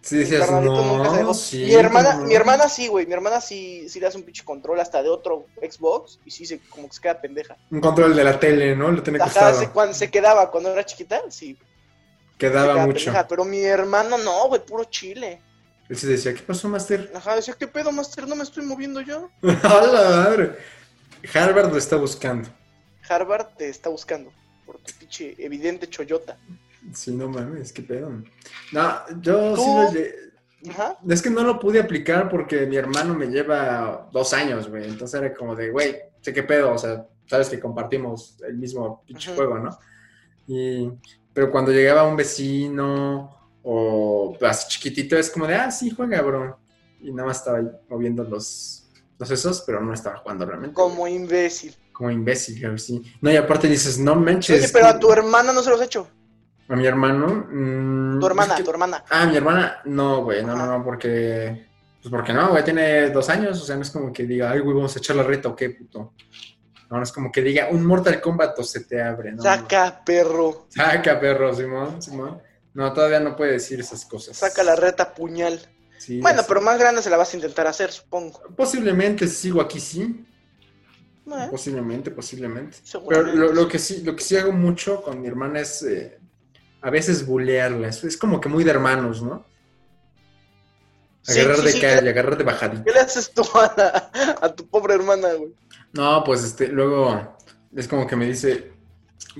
Sí,
Mi
decías,
carnalito nunca se
no,
dejó.
sí.
mi hermana,
no".
mi hermana sí, güey. Mi hermana sí, sí le hace un pinche control hasta de otro Xbox y sí se como que se queda pendeja.
Un control de la tele, ¿no? Lo tiene
Ajá,
costado.
se, cuando se quedaba cuando era chiquita, sí. se
Quedaba
quedaba
mucho.
pendeja, pero mi hermano no, güey, puro chile.
Él se decía, ¿qué pasó, Master?
Ajá, decía, ¿qué pedo, Master? No me estoy moviendo yo.
¡A la madre! Harvard lo está buscando.
Harvard te está buscando por tu pinche evidente choyota.
Sí, no mames, qué pedo. No, yo
¿Tú?
sí lo lle-
Ajá.
Es que no lo pude aplicar porque mi hermano me lleva dos años, güey. Entonces era como de, güey, sé qué pedo. O sea, sabes que compartimos el mismo pinche
Ujú.
juego, ¿no? Y, pero cuando llegaba un vecino o así chiquitito, es como de, ah, sí, juega, bro. Y nada más estaba ahí moviendo los, los esos, pero no estaba jugando realmente.
Como imbécil.
Como imbécil, güey, sí. No, y aparte dices, no manches.
Oye, pero a
que-
tu hermana no se los he hecho.
a mi hermano. mm,
Tu hermana,
es que-
tu hermana.
Ah, mi hermana, no, güey, no, no,
Ajá.
no, porque. Pues porque no, güey, tiene dos años, o sea, no es como que diga, ay, güey, vamos a echar la reta o qué, puto. No, no es como que diga, un Mortal Kombat o se te abre, ¿no?
Saca, perro.
no. Saca, perro, Simón, Simón. No, todavía no puede decir esas cosas.
Saca la reta puñal.
Sí,
Bueno,
es-
pero más grande se la vas a intentar hacer, supongo.
Posiblemente si sigo aquí, sí.
Bueno,
Posiblemente, posiblemente. Pero
seguramente.
lo, lo que sí, lo que sí hago mucho con mi hermana es eh, a veces bulearla. Es, es como que muy de hermanos, ¿no?
Sí,
Agarrar
sí,
de
sí,
cara
¿qué-
y agarrar de bajadita.
¿Qué le haces tú a, la- a tu pobre hermana, güey?
No, pues este, luego es como que me dice,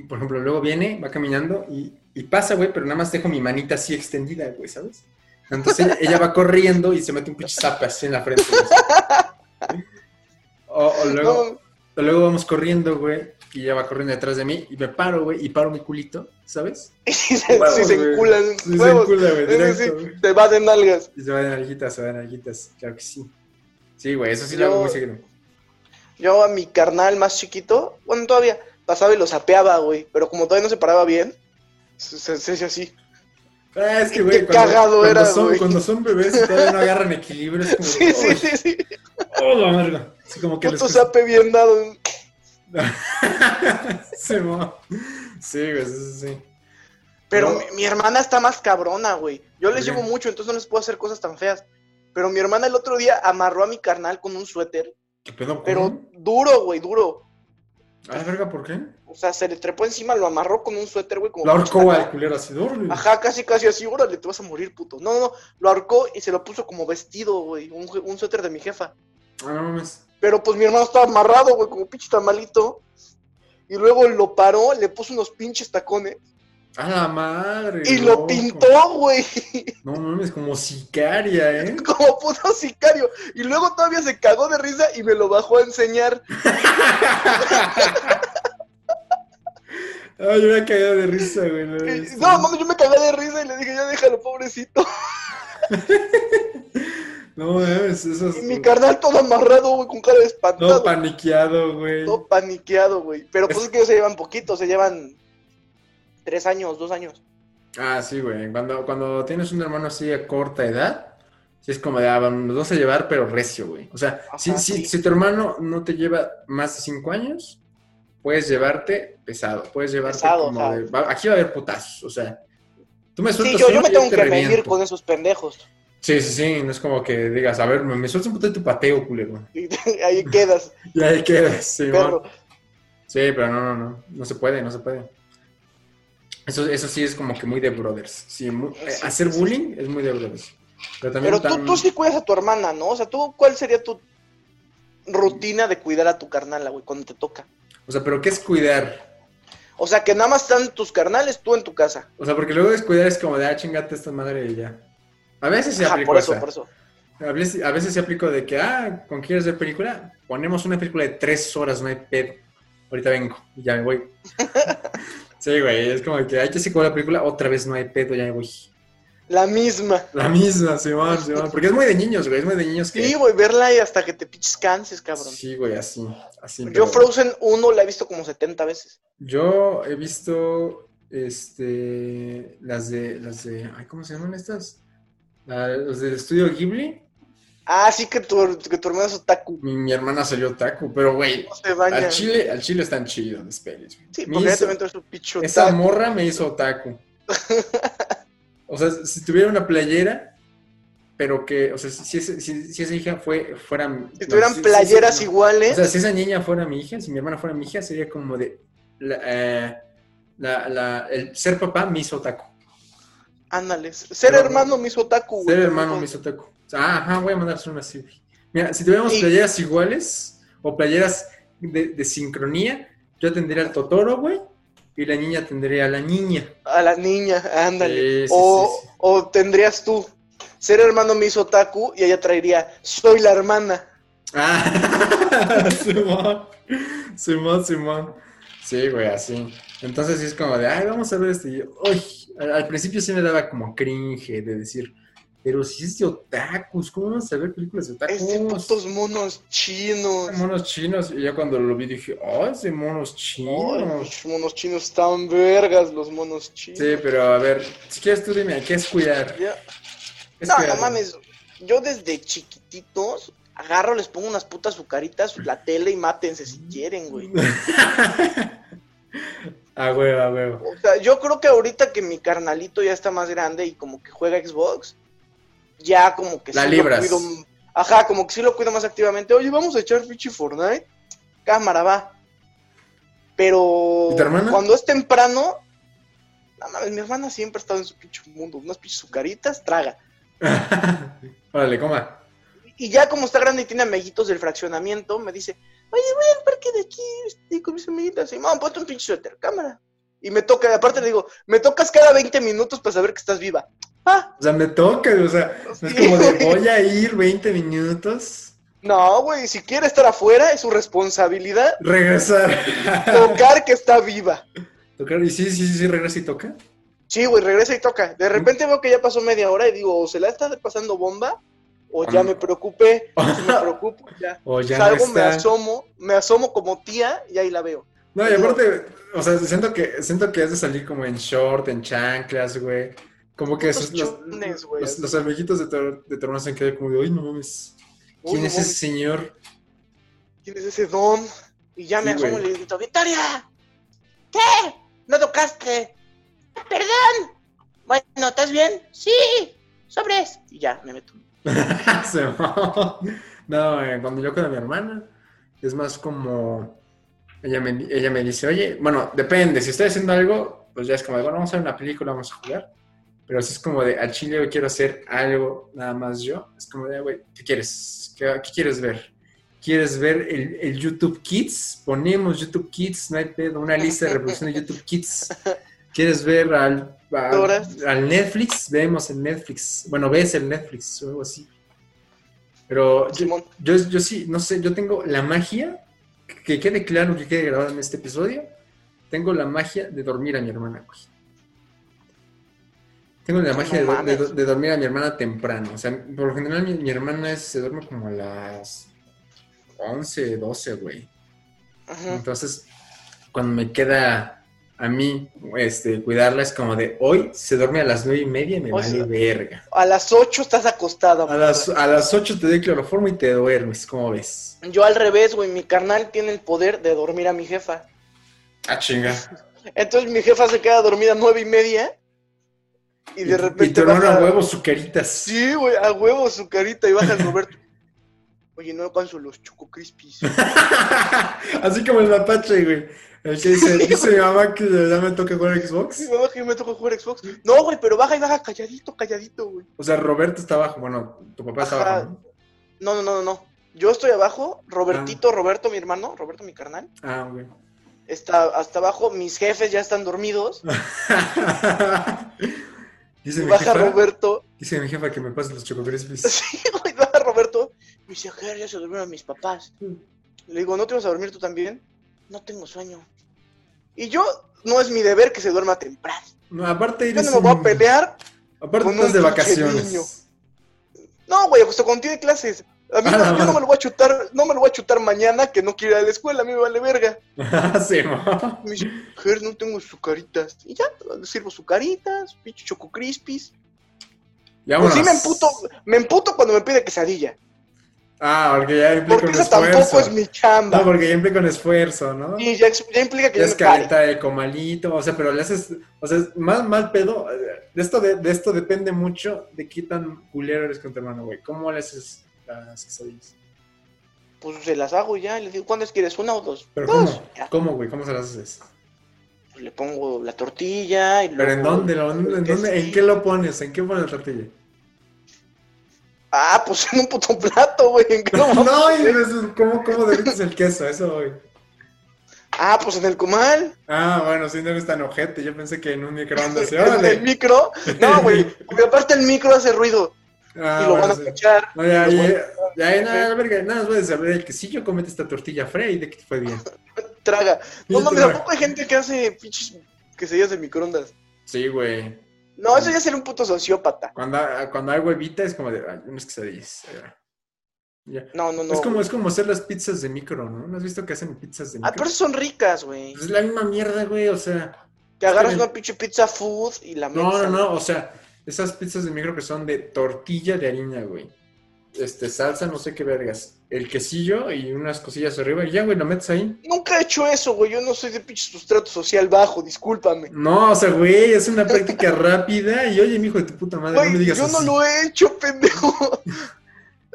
por ejemplo, luego viene, va caminando y, y pasa, güey, pero nada más dejo mi manita así extendida, güey, ¿sabes? Entonces ella, ella va corriendo y se mete un pinche zape así en la frente. güey. O, o luego, o luego vamos corriendo, güey, y ella va corriendo detrás de mí y me paro, güey, y paro mi culito, ¿sabes?
Y si se,
Huevos,
si se
güey.
enculan
Sí, se
huevos.
encula, güey,
Es
directo,
decir,
güey.
te va de nalgas.
Y se van nalguitas, se van nalguitas, claro que sí. Sí, güey, eso sí lo hago
Yo-
muy seguido.
Yo a mi carnal más chiquito, bueno, todavía pasaba y lo sapeaba, güey. Pero como todavía no se paraba bien, se, se- se hacía así.
Ah, es que, güey,
Qué
cuando,
cagado
cuando
era,
son,
güey.
cuando son bebés y todavía no agarran equilibrio, es como,
Sí, sí,
"Ay,
sí, sí.
oh, la verga". Así como que les
Puto
cuesta-
sape bien dado.
Se mo- Sí, güey, sí, sí, sí.
Pero
No.
mi, mi hermana está más cabrona, güey. Yo les
Ok.
llevo mucho, entonces no les puedo hacer cosas tan feas. Pero mi hermana el otro día amarró a mi carnal con un suéter,
¿Qué pedo?
pero
¿Cómo?
duro, güey, duro.
A la verga, ¿por qué?
O sea, se le trepó encima, lo amarró con un suéter, güey. como
La ahorcó
cuchara.
al culero así, doble.
Ajá, casi, casi así, órale, te vas a morir, puto. No, no, no, lo ahorcó y se lo puso como vestido, güey, un, je- un suéter de mi jefa.
Ah, no mames.
Pero pues mi hermano estaba amarrado, güey, como pinche tamalito. Y luego lo paró, le puso unos pinches tacones
A la madre.
y
loco.
lo pintó, güey,
No mames, como sicaria, ¿eh?
como puto sicario. Y luego todavía se cagó de risa y me lo bajó a enseñar.
Ay, yo me he caído de risa, güey. No,
Y-
mames.
no, mami, yo me cagué de risa y le dije, ya déjalo, pobrecito.
No mames, eso
Y
es.
mi carnal todo amarrado, güey, con cara de espantado.
No paniqueado, güey.
Todo paniqueado, güey. Pero pues
Es-
es que ellos se llevan poquito, se llevan tres años, dos años.
Ah, sí, güey. Cuando, cuando tienes un hermano así a corta edad, sí es como de, ah, vamos, nos vas a llevar, pero recio, güey. O sea, si,
Ajá,
si-
sí.
si tu hermano no te lleva más de cinco años, puedes llevarte pesado. Puedes llevarte
Pesado,
como
ajá.
de, va- aquí va a haber putazos. O sea, tú me
Sí,
sueltas
yo, yo
uno
me
y yo
tengo
te
que medir
reviento.
con esos pendejos.
Sí, sí, sí. No es como que digas, a ver, me, me sueltas un putazo y tu pateo, culero.
Y ahí quedas,
Y ahí quedas, sí,
perro.
Sí, pero no, no, no. No se puede, no se puede. Eso, eso sí es como que muy de brothers. Sí, mu- eh,
Sí,
hacer
sí,
bullying es muy de brothers. Pero también
Pero tú,
tan-
tú sí cuidas a tu hermana, ¿no? O sea, ¿tú cuál sería tu rutina de cuidar a tu carnala, güey, cuando te toca?
O sea, pero ¿qué es cuidar?
O sea, que nada más están tus carnales, tú en tu casa.
O sea, porque luego descuidar es como de, ah, chingate esta madre y ya. A veces se
Ajá,
aplico
por eso,
esa.
por eso.
A veces, a veces se aplico de que, ah, ¿con qué quieres ver película? Ponemos una película de tres horas, no hay pedo. Ahorita vengo y ya me voy. sí, güey, es como que hay que se acabó la película, otra vez no hay pedo, ya me voy.
La misma.
La misma, Simón, Simón. Porque es muy de niños, güey, es muy de niños que...
Sí, güey, verla y hasta que te pinches canses, cabrón.
Sí, güey, así. así
Yo
pero-
Frozen 1 la he visto como 70 veces.
Yo he visto este las de las de ay, ¿cómo se llaman estas? La- Las del estudio Ghibli.
Ah, sí que tu, que tu hermano es otaku.
Mi, mi hermana salió taco, pero güey,
No se
al
baña.
chile, al chile están chidos los pelis, güey.
Sí,
Me
porque ya
hizo-
también traes un picho
esa
otaku.
morra me hizo otaku. o sea, si tuviera una playera, pero que, o sea, si, ese- si- si esa hija fue, fuera.
Si tuvieran playeras
playeras igual
iguales,
O sea, si esa niña fuera mi hija, si mi hermana fuera mi hija, sería como de. La, eh, la- la- el ser papá me hizo taco.
ándales. Ser
Pero-
hermano me hizo otaku, güey.
Ser hermano me hizo taco. Ah, ajá, voy a mandarse una así. güey. Mira, si tuviéramos
Y-
playeras iguales o playeras de, de sincronía, yo tendría al Totoro, güey, y la niña tendría a la niña. Eh,
A la niña, ándale.
Sí, sí,
o,
sí, sí.
o tendrías tú. Ser hermano me hizo otaku y ella traería, soy la hermana.
Ah, Simón. Simón, Simón. Sí, güey, así. Entonces sí es como de, ay, vamos a ver este. y yo, Uy, al, al principio sí me daba como cringe de decir, pero si es de otakus, ¿cómo vamos a ver películas de otakus?
Es de Este putos monos chinos.
monos chinos. Y ya cuando lo vi dije, oh, es de monos
Ay,
chinos.
los monos chinos están vergas, los monos chinos.
Sí, pero a ver, si quieres tú dime, ¿qué es cuidar?
Ya.
¿Qué es
No, no
cuidar?
mames. Yo desde chiquititos agarro, les pongo unas putas azucaritas, la tele y mátense si quieren, güey.
a huevo, a huevo.
O sea, yo creo que ahorita que mi carnalito ya está más grande y como que juega Xbox, ya como que
La
sí
libras.
lo cuido. Ajá, como que sí lo cuido más activamente. Oye, vamos a echar pinche Fortnite. Cámara, va. Pero
¿Y tu hermana?
cuando es temprano, no mames, mi hermana siempre ha estado en su pinche mundo. Unas pinches sucaritas, traga.
Órale, coma.
Y ya como está grande y tiene amiguitos del fraccionamiento, me dice, Oye, voy al parque de aquí este, con mis amiguitas. Simón, ponte un pinche suéter, cámara. Y me toca, y aparte le digo, me tocas cada 20 minutos para saber que estás viva. Ah,
O sea, me toca, o sea, no es como de voy a ir 20 minutos,
no, güey, si quiere estar afuera, es su responsabilidad
regresar.
tocar que está viva.
Tocar, y sí, sí, sí, sí, regresa y toca.
Sí, güey, regresa y toca. De repente veo que ya pasó media hora y digo, o se la está pasando bomba, o ya me preocupé, sí me preocupo, ya.
O ya
Salgo,
no
me
está.
asomo, me asomo como tía y ahí la veo.
No, y aparte, o sea, siento que, siento que has de salir como en short, en chanclas, güey. Como que
Putos
esos, los,
chones, güey.
los, los amiguitos de tu, de tu hermano se han quedado como de, uy, no mames,
Uy,
¿quién
no
es
mames,
ese señor?
¿Quién es ese don? Y ya me
Sí,
asomo
güey.
y le grito, ¡Victoria! ¿Qué? ¿No tocaste? ¡Perdón! Bueno, ¿estás bien? Sí, sobres. Y ya, me meto.
Se mamó. no, eh, cuando yo con mi hermana, es más como, ella me, ella me dice, oye, bueno, depende, si estoy haciendo algo, pues ya es como, de, bueno, vamos a ver una película, vamos a jugar. Pero si es como de, al chile yo quiero hacer algo, nada más yo, es como de, güey, ¿qué quieres? ¿Qué, qué quieres ver? ¿Quieres ver el, el YouTube Kids? Ponemos YouTube Kids, no hay pedo, una lista de reproducción de YouTube Kids. ¿Quieres ver al, al-
Horas.
al Netflix? Vemos el Netflix. Bueno, ves el Netflix o algo así. Pero yo,
Simón.
yo, yo sí, no sé, yo tengo la magia, que quede claro que quede grabado en este episodio, tengo la magia de dormir a mi hermana, güey. Tengo la
No
magia de, do- de do-
mames.
de dormir a mi hermana temprano. O sea, por lo general mi, mi hermana es- se duerme como a las 11, 12, güey.
Ajá.
Entonces, cuando me queda a mí este, cuidarla, es como de hoy se duerme a las 9 y media y me
O
vale
sea,
verga.
A las 8 estás acostada.
A
morra.
las, a las 8 te doy cloroformo y te duermes, ¿cómo ves?
Yo al revés, güey, mi carnal tiene el poder de dormir a mi jefa.
Ah, chinga.
Entonces mi jefa se queda dormida a nueve y media y de repente...
Y tu
baja-
hermano huevos sucaritas.
Sí, güey, a huevo su carita y baja el Roberto. Oye, no alcanzo los Choco Crispies.
Así como el mapache, güey. El que dice, dice mi mamá que ya me toca jugar a
Sí,
Xbox.
me baja y me toca jugar Xbox. No, güey, pero baja y baja calladito, calladito, güey.
O sea, Roberto está abajo. Bueno, tu papá está
Ajá.
abajo, ¿no?
No, no, no, no, no. Yo estoy abajo, Robertito, Roberto, mi hermano, Roberto, mi carnal,
Ah, güey.
está hasta abajo, mis jefes ya están dormidos.
dice,
Y
mi
baja
jefa,
Roberto.
dice mi jefa que me pase los Choco Crispies.
Sí, güey, baja Roberto. Me dice, "Ger, ya se durmieron mis papás. Le digo, ¿no te vas a dormir tú también? No tengo sueño. Y yo, no es mi deber que se duerma temprano.
No, aparte
Yo
eres
no me voy a
un-
pelear.
Aparte
con
estás
un
de
pinche
vacaciones.
niño. No, güey, justo cuando tiene clases. A mí
Ah,
no,
la
yo no
madre.
me lo voy a chutar, no me lo voy a chutar mañana que no quiero ir a la escuela, a mí me vale verga.
sí, mo.
Me dice, "Ger, no tengo sucaritas. Y ya, le sirvo sucaritas, pinche choco crispis.
Ya
Pues sí me
vámonos.
emputo, me emputo cuando me pide quesadilla.
Ah, porque ya implica
Porque
un
esa tampoco es
esfuerzo.
mi chamba.
No, porque ya implica un esfuerzo, ¿no?
Y ya, ex- ya implica que
Ya
yo
es
me pare.
caleta de comalito, o sea, pero le haces, o sea, es mal, mal pedo. eh, De esto, de, de esto depende mucho de qué tan culero eres con tu hermano, güey. ¿Cómo le haces las quesadillas?
Pues se las hago ya, y le digo, ¿cuántas quieres? ¿Una o dos?
Pero
dos.
¿cómo?
Ya,
¿Cómo, güey? ¿Cómo se las haces?
pues le pongo la tortilla y
¿Pero en
luego-
dónde? lo- en, dónde- en qué lo pones? ¿En qué pones la tortilla?
Ah, pues en un puto plato, güey. ¿en qué lo vamos a
No, y
hacer?
eso, ¿cómo, cómo derrites el queso? Eso, güey.
Ah, pues en el comal.
Ah, bueno, si no eres tan ojete. Yo pensé que en un microondas. sí,
en el
órale.
micro. No, güey. Porque aparte el micro hace ruido.
Ah,
y lo van
bueno,
a
sí.
escuchar.
No, ya,
Los
ya,
van
ya, ya, nada, verga, nada, más voy a saber el quesillo, comete esta tortilla fría y de que te fue bien.
Traga. No
Sí,
mames,
traga.
tampoco hay gente que hace pinches quesadillas de microondas.
Sí, güey.
No, eso ya sería un puto sociópata.
Cuando, cuando hay huevita es como de, ay, unas quesadillas. ahí va. Ya.
No, no, no.
es, como,
güey.
es como hacer las pizzas de micro, ¿no? ¿No has visto que hacen pizzas de
Ah,
micro?
pero son ricas, güey.
Pues es la misma mierda, güey, o sea.
Te agarras
bien.
una pinche pizza food y la metes.
No, no,
a-
no, o sea, esas pizzas de micro que son de tortilla de harina, güey. Este, salsa, no sé qué vergas. El quesillo y unas cosillas arriba y ya, güey, lo metes ahí.
Nunca he hecho eso, güey. Yo no soy de pinche sustrato social bajo, discúlpame.
No, o sea, güey, es una práctica rápida y oye, mijo de tu puta madre, no me
Güey,
digas
yo no
así.
lo he hecho, pendejo.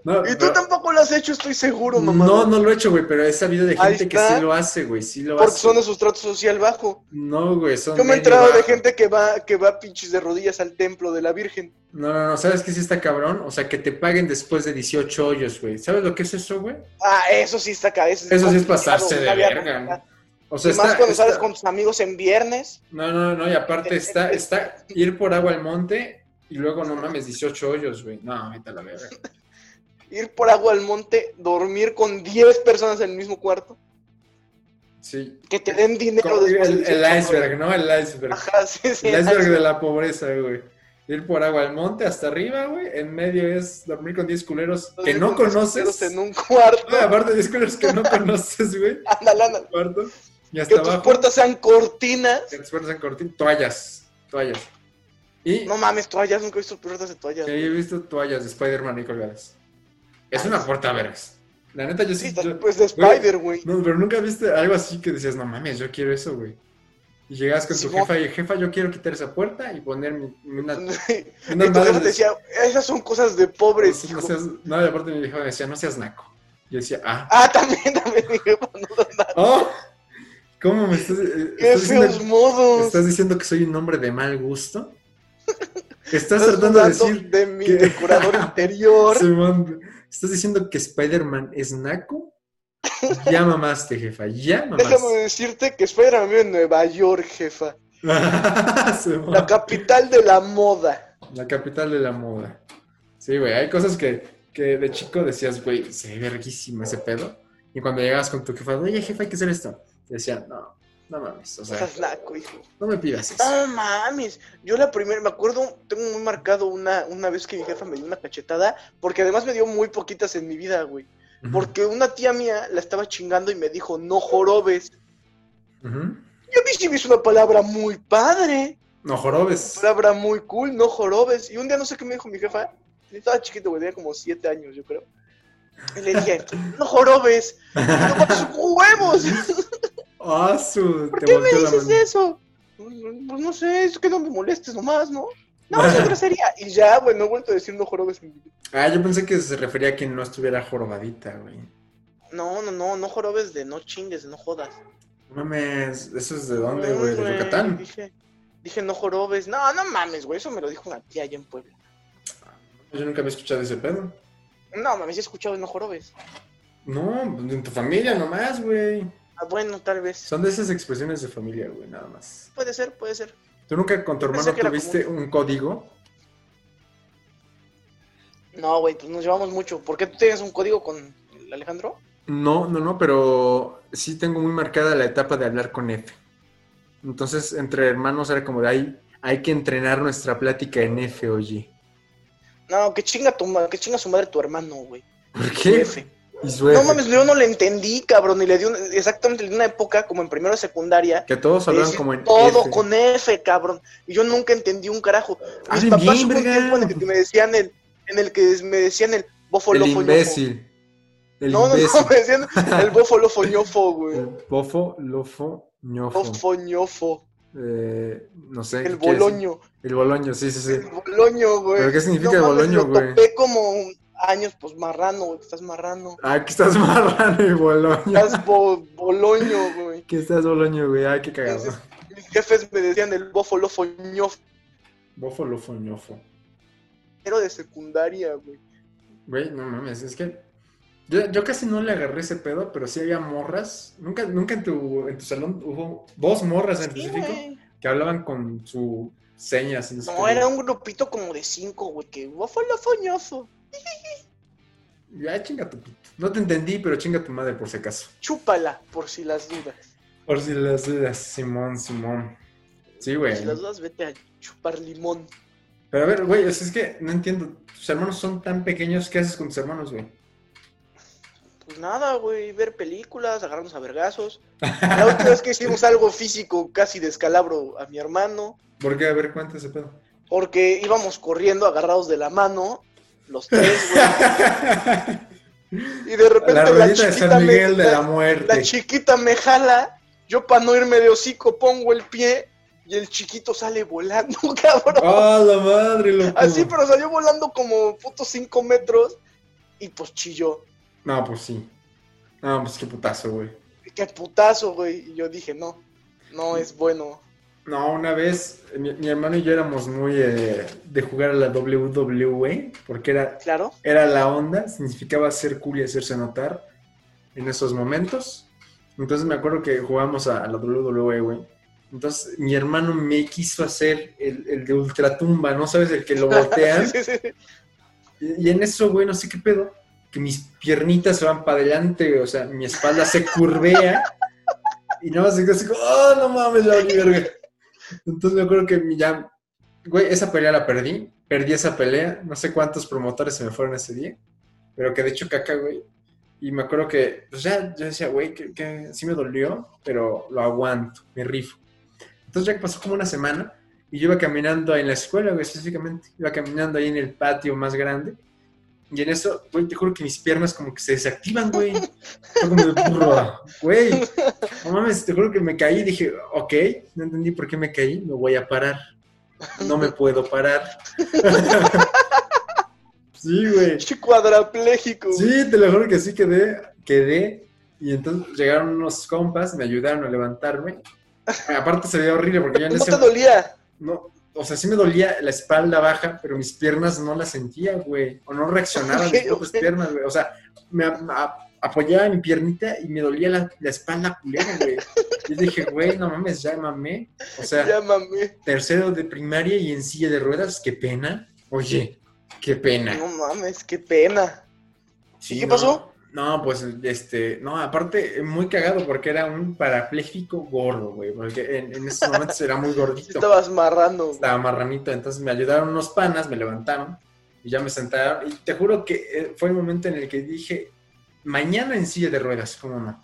No,
Y tú
pero-
tampoco lo has hecho, estoy seguro, mamá.
No, no lo he hecho, güey, pero he sabido de
Ahí
gente que
está.
sí lo hace, güey, sí lo
Porque
hace.
son de sustrato social bajo.
No, güey, son
Yo me he
medio
enterado de
bajo.
gente que va, que va pinches de rodillas al templo de la Virgen.
No, no, no, ¿sabes qué sí está cabrón? O sea, que te paguen después de 18 hoyos, güey. ¿Sabes lo que es eso, güey?
Ah, eso sí está acá. Eso,
Eso sí es
complicado,
pasarse de
una vida
verga.
complicada.
¿no? O sea,
Y más
está,
cuando
está-
sales con tus amigos en viernes.
No, no, no, y aparte está, está ir por agua al monte y luego, no mames, 18 hoyos, güey. No, vete a la verga.
ir por agua al monte, dormir con 10 personas en el mismo cuarto,
Sí.
que te den dinero
Como
después de
el, el
18
iceberg, ¿no? El iceberg.
Ajá, sí, sí.
El iceberg de la pobreza, güey. Ir por agua al monte hasta arriba, güey. En medio es dormir con 10 culeros que
Dormir
no
con tus
conoces. Ah.
amigos En un cuarto.
No, aparte, 10 culeros que no conoces, güey.
Ándale, ándale.
Cuarto. Y
Que
hasta
tus
abajo.
puertas sean cortinas.
Que tus puertas sean cortinas. Toallas. Toallas. Y
No mames, toallas, nunca he visto puertas de toallas.
Sí, yo he visto toallas de Spider-Man y colgadas. Es una puerta vergas. La neta, yo
Sí,
sí.
está-
yo-
pues de
güey.
Spider, güey.
no, pero nunca viste algo así que decías, no mames, yo quiero eso, güey. Y llegabas con
Sí,
tu
mo-
jefa y jefa, yo quiero quitar esa puerta y poner mi-
Mm,
una. una
Y tu
madre
jefa
de-
decía, esas son cosas de pobres,
no,
hijo".
seas, no, y aparte mi vieja me decía, no seas naco. Yo decía, ah,
Ah, también, también, mi jefa, no, no, no.
oh, ¿cómo me estás, eh,
Qué
estás
feos
diciendo,
modos.
estás diciendo que soy un hombre de mal gusto? Estás
Estás
tratando de
dudando
decir
de mi
que-
decorador interior.
Simón, ¿estás diciendo que Spider-Man es naco? Ya mamaste, jefa, ya
Déjame
mamaste.
decirte que Spider-Man vive en Nueva York, jefa.
Simón,
La capital de la moda.
la capital de la moda. Sí, güey, hay cosas que, que de chico decías, güey, se ve verguísimo ese pedo. Y cuando llegabas con tu jefa, oye, jefa, hay que hacer esto. Te decían, no, no mames, o sea,
Estás naco, hijo.
no me pidas eso.
No mames. Yo la primera, me acuerdo, tengo muy marcado una, una vez que mi jefa me dio una cachetada, porque además me dio muy poquitas en mi vida, güey. Porque una tía mía la estaba chingando y me dijo, no jorobes.
Ujú.
Yo vi si es una palabra muy padre,
No
una
jorobes.
palabra muy cool, no jorobes. Y un día no sé qué me dijo mi jefa, yo estaba chiquito, güey, tenía como siete años, yo creo. Y le dije, no jorobes, no tus huevos.
Ah, su,
¿Por
te
qué me
volteó la
dices
mano.
eso? Pues no sé, es que no me molestes nomás, ¿no? No, es grosería. Y ya, güey, no he vuelto a decir no jorobes en mi vida.
Ah, yo pensé que se refería a que no estuviera jorobadita, güey.
No, no, no, no jorobes de no chingues, de no jodas.
No mames, ¿eso es de dónde,
No,
güey? ¿De Yucatán?
Mm, Dije, dije no jorobes. No, no mames, güey, eso me lo dijo una tía allá en Puebla.
Yo nunca había escuchado ese pedo.
No, mames, he escuchado el no jorobes.
No, pues, en tu familia nomás, güey.
Ah, bueno, tal vez.
Son de esas expresiones de familia, güey, nada más.
Puede ser, puede ser.
¿Tú nunca con tu
Yo pensé
hermano
que era
tuviste un código?
No, güey, pues nos llevamos mucho. ¿Por qué tú tienes un código con el Alejandro?
No, no, no, pero sí tengo muy marcada la etapa de hablar con F. Entonces, entre hermanos era como de ahí, hay que entrenar nuestra plática en F, oye.
No, que chinga, tu ma- que chinga su madre tu hermano, güey.
¿Por qué?
Jefe.
Y su F.
No mames, yo no le entendí, cabrón, y le di un- exactamente le di una época como en primero de secundaria.
Que todos hablan
decir
como en
todo
F.
con F, cabrón. Y yo nunca entendí un carajo. Mis
Hablen
papás
bien,
hubo un
Ah, verga.
tiempo en el que me decían el, en el que me decían el bofo
El
lofo
imbécil. El
ñofo. No, no,
imbécil.
no, me decían el bofo lofo ñofo, güey.
El bofo, lofo, ñofo.
Bofo ñofo.
Eh, no sé.
El
¿qué quiere decir?
boloño.
El boloño, sí, sí, sí.
El boloño, güey.
¿Pero qué significa el
mames,
boloño, güey?
Lo topé como un- años, pues marrano, güey, que estás marrano.
Ah, que estás marrano y boloño.
Estás bo- boloño, güey.
Que estás boloño, güey. Ay, qué cagado.
Entonces, mis jefes me decían el bofo lofo ñofo.
Bofo, lofo, ñofo.
Pero de secundaria, güey.
Güey, no mames, es que. Yo, yo casi no le agarré ese pedo, pero sí había morras. Nunca, nunca en tu, en tu salón hubo dos morras en
Sí,
específico
güey.
que hablaban con su señas. y No, sé
No,
qué.
era un grupito como de cinco, güey, que bofolo foñoso.
Ya, chinga tu pito. No te entendí, pero chinga tu madre por si acaso.
Chúpala, por si las dudas.
Por si las dudas, Simón, Simón. Sí,
Por
güey.
si las dudas, vete a chupar limón.
Pero a ver, güey, o sea, es que no entiendo. Tus hermanos son tan pequeños, ¿qué haces con tus hermanos, güey?
Pues nada, güey, ver películas, agarrarnos a vergazos. La última vez que hicimos algo físico, casi descalabro a mi hermano,
¿Por qué? A ver, cuenta ese pedo.
porque íbamos corriendo agarrados de la mano, los tres, güey. Y de repente
la
la,
rodita de
chiquita,
San Miguel
me,
de la
la,
muerte.
la chiquita me jala, yo para no irme de hocico pongo el pie y el chiquito sale volando, cabrón.
¡Ah, la madre, loco!
Así, pero salió volando como putos 5 metros. y pues chilló.
No, pues sí. No, pues qué putazo, güey.
Qué putazo, güey. Y yo dije, no, no es bueno.
No, una vez mi, mi hermano y yo éramos muy eh, de jugar a la WWE, porque era,
Claro.
era la onda, significaba ser cool y hacerse notar en esos momentos. Entonces me acuerdo que jugamos a, a la WWE, güey. Entonces mi hermano me quiso hacer el, el de ultratumba, ¿no sabes? El que lo voltean.
Sí, sí, sí.
Y y en eso, güey, no sé qué pedo, que mis piernitas se van para adelante, güey, o sea, mi espalda se curvea. y nada más se quedó así como, oh, no mames, la valí verga. Entonces me acuerdo que mi- ya, güey, esa pelea la perdí, perdí esa pelea, no sé cuántos promotores se me fueron ese día, pero que de hecho caca, güey. Y me acuerdo que, pues ya, yo decía, güey, que, que sí me dolió, pero lo aguanto, me rifo. Entonces ya que pasó como una semana, y yo iba caminando en la escuela, güey, específicamente. Iba caminando ahí en el patio más grande. Y en eso, güey, te juro que mis piernas como que se desactivan, güey. Fue como de burro, güey. No mames, te juro que me caí. Dije, ok, no entendí por qué me caí. Me voy a parar. No me puedo parar. sí, güey.
Pinche cuadrapléjico. güey.
Sí, te lo juro que sí quedé, quedé. Y entonces llegaron unos compas, me ayudaron a levantarme. Aparte se veía horrible porque yo en
¿No
ese
te dolía?
no, o sea, sí me dolía la espalda baja, pero mis piernas no las sentía, güey. O no reaccionaban
Ok,
mis propias
ok.
piernas, güey. O sea, me a- a- apoyaba mi piernita y me dolía la, la espalda culera, güey. Yo dije, güey, no mames, ya mamé. O sea,
Llámame.
tercero de primaria y en silla de ruedas, qué pena. Oye, qué pena.
No mames, qué pena.
Sí,
¿Y qué
no.
pasó?
No, pues, este, no, aparte, muy cagado porque era un parapléjico gordo, güey, porque en, en esos momentos era muy
Sí
gordito.
estabas marrando. güey.
estaba marranito, entonces me ayudaron unos panas, me levantaron y ya me sentaron. Y te juro que eh, fue el momento en el que dije, mañana en silla de ruedas, ¿cómo no?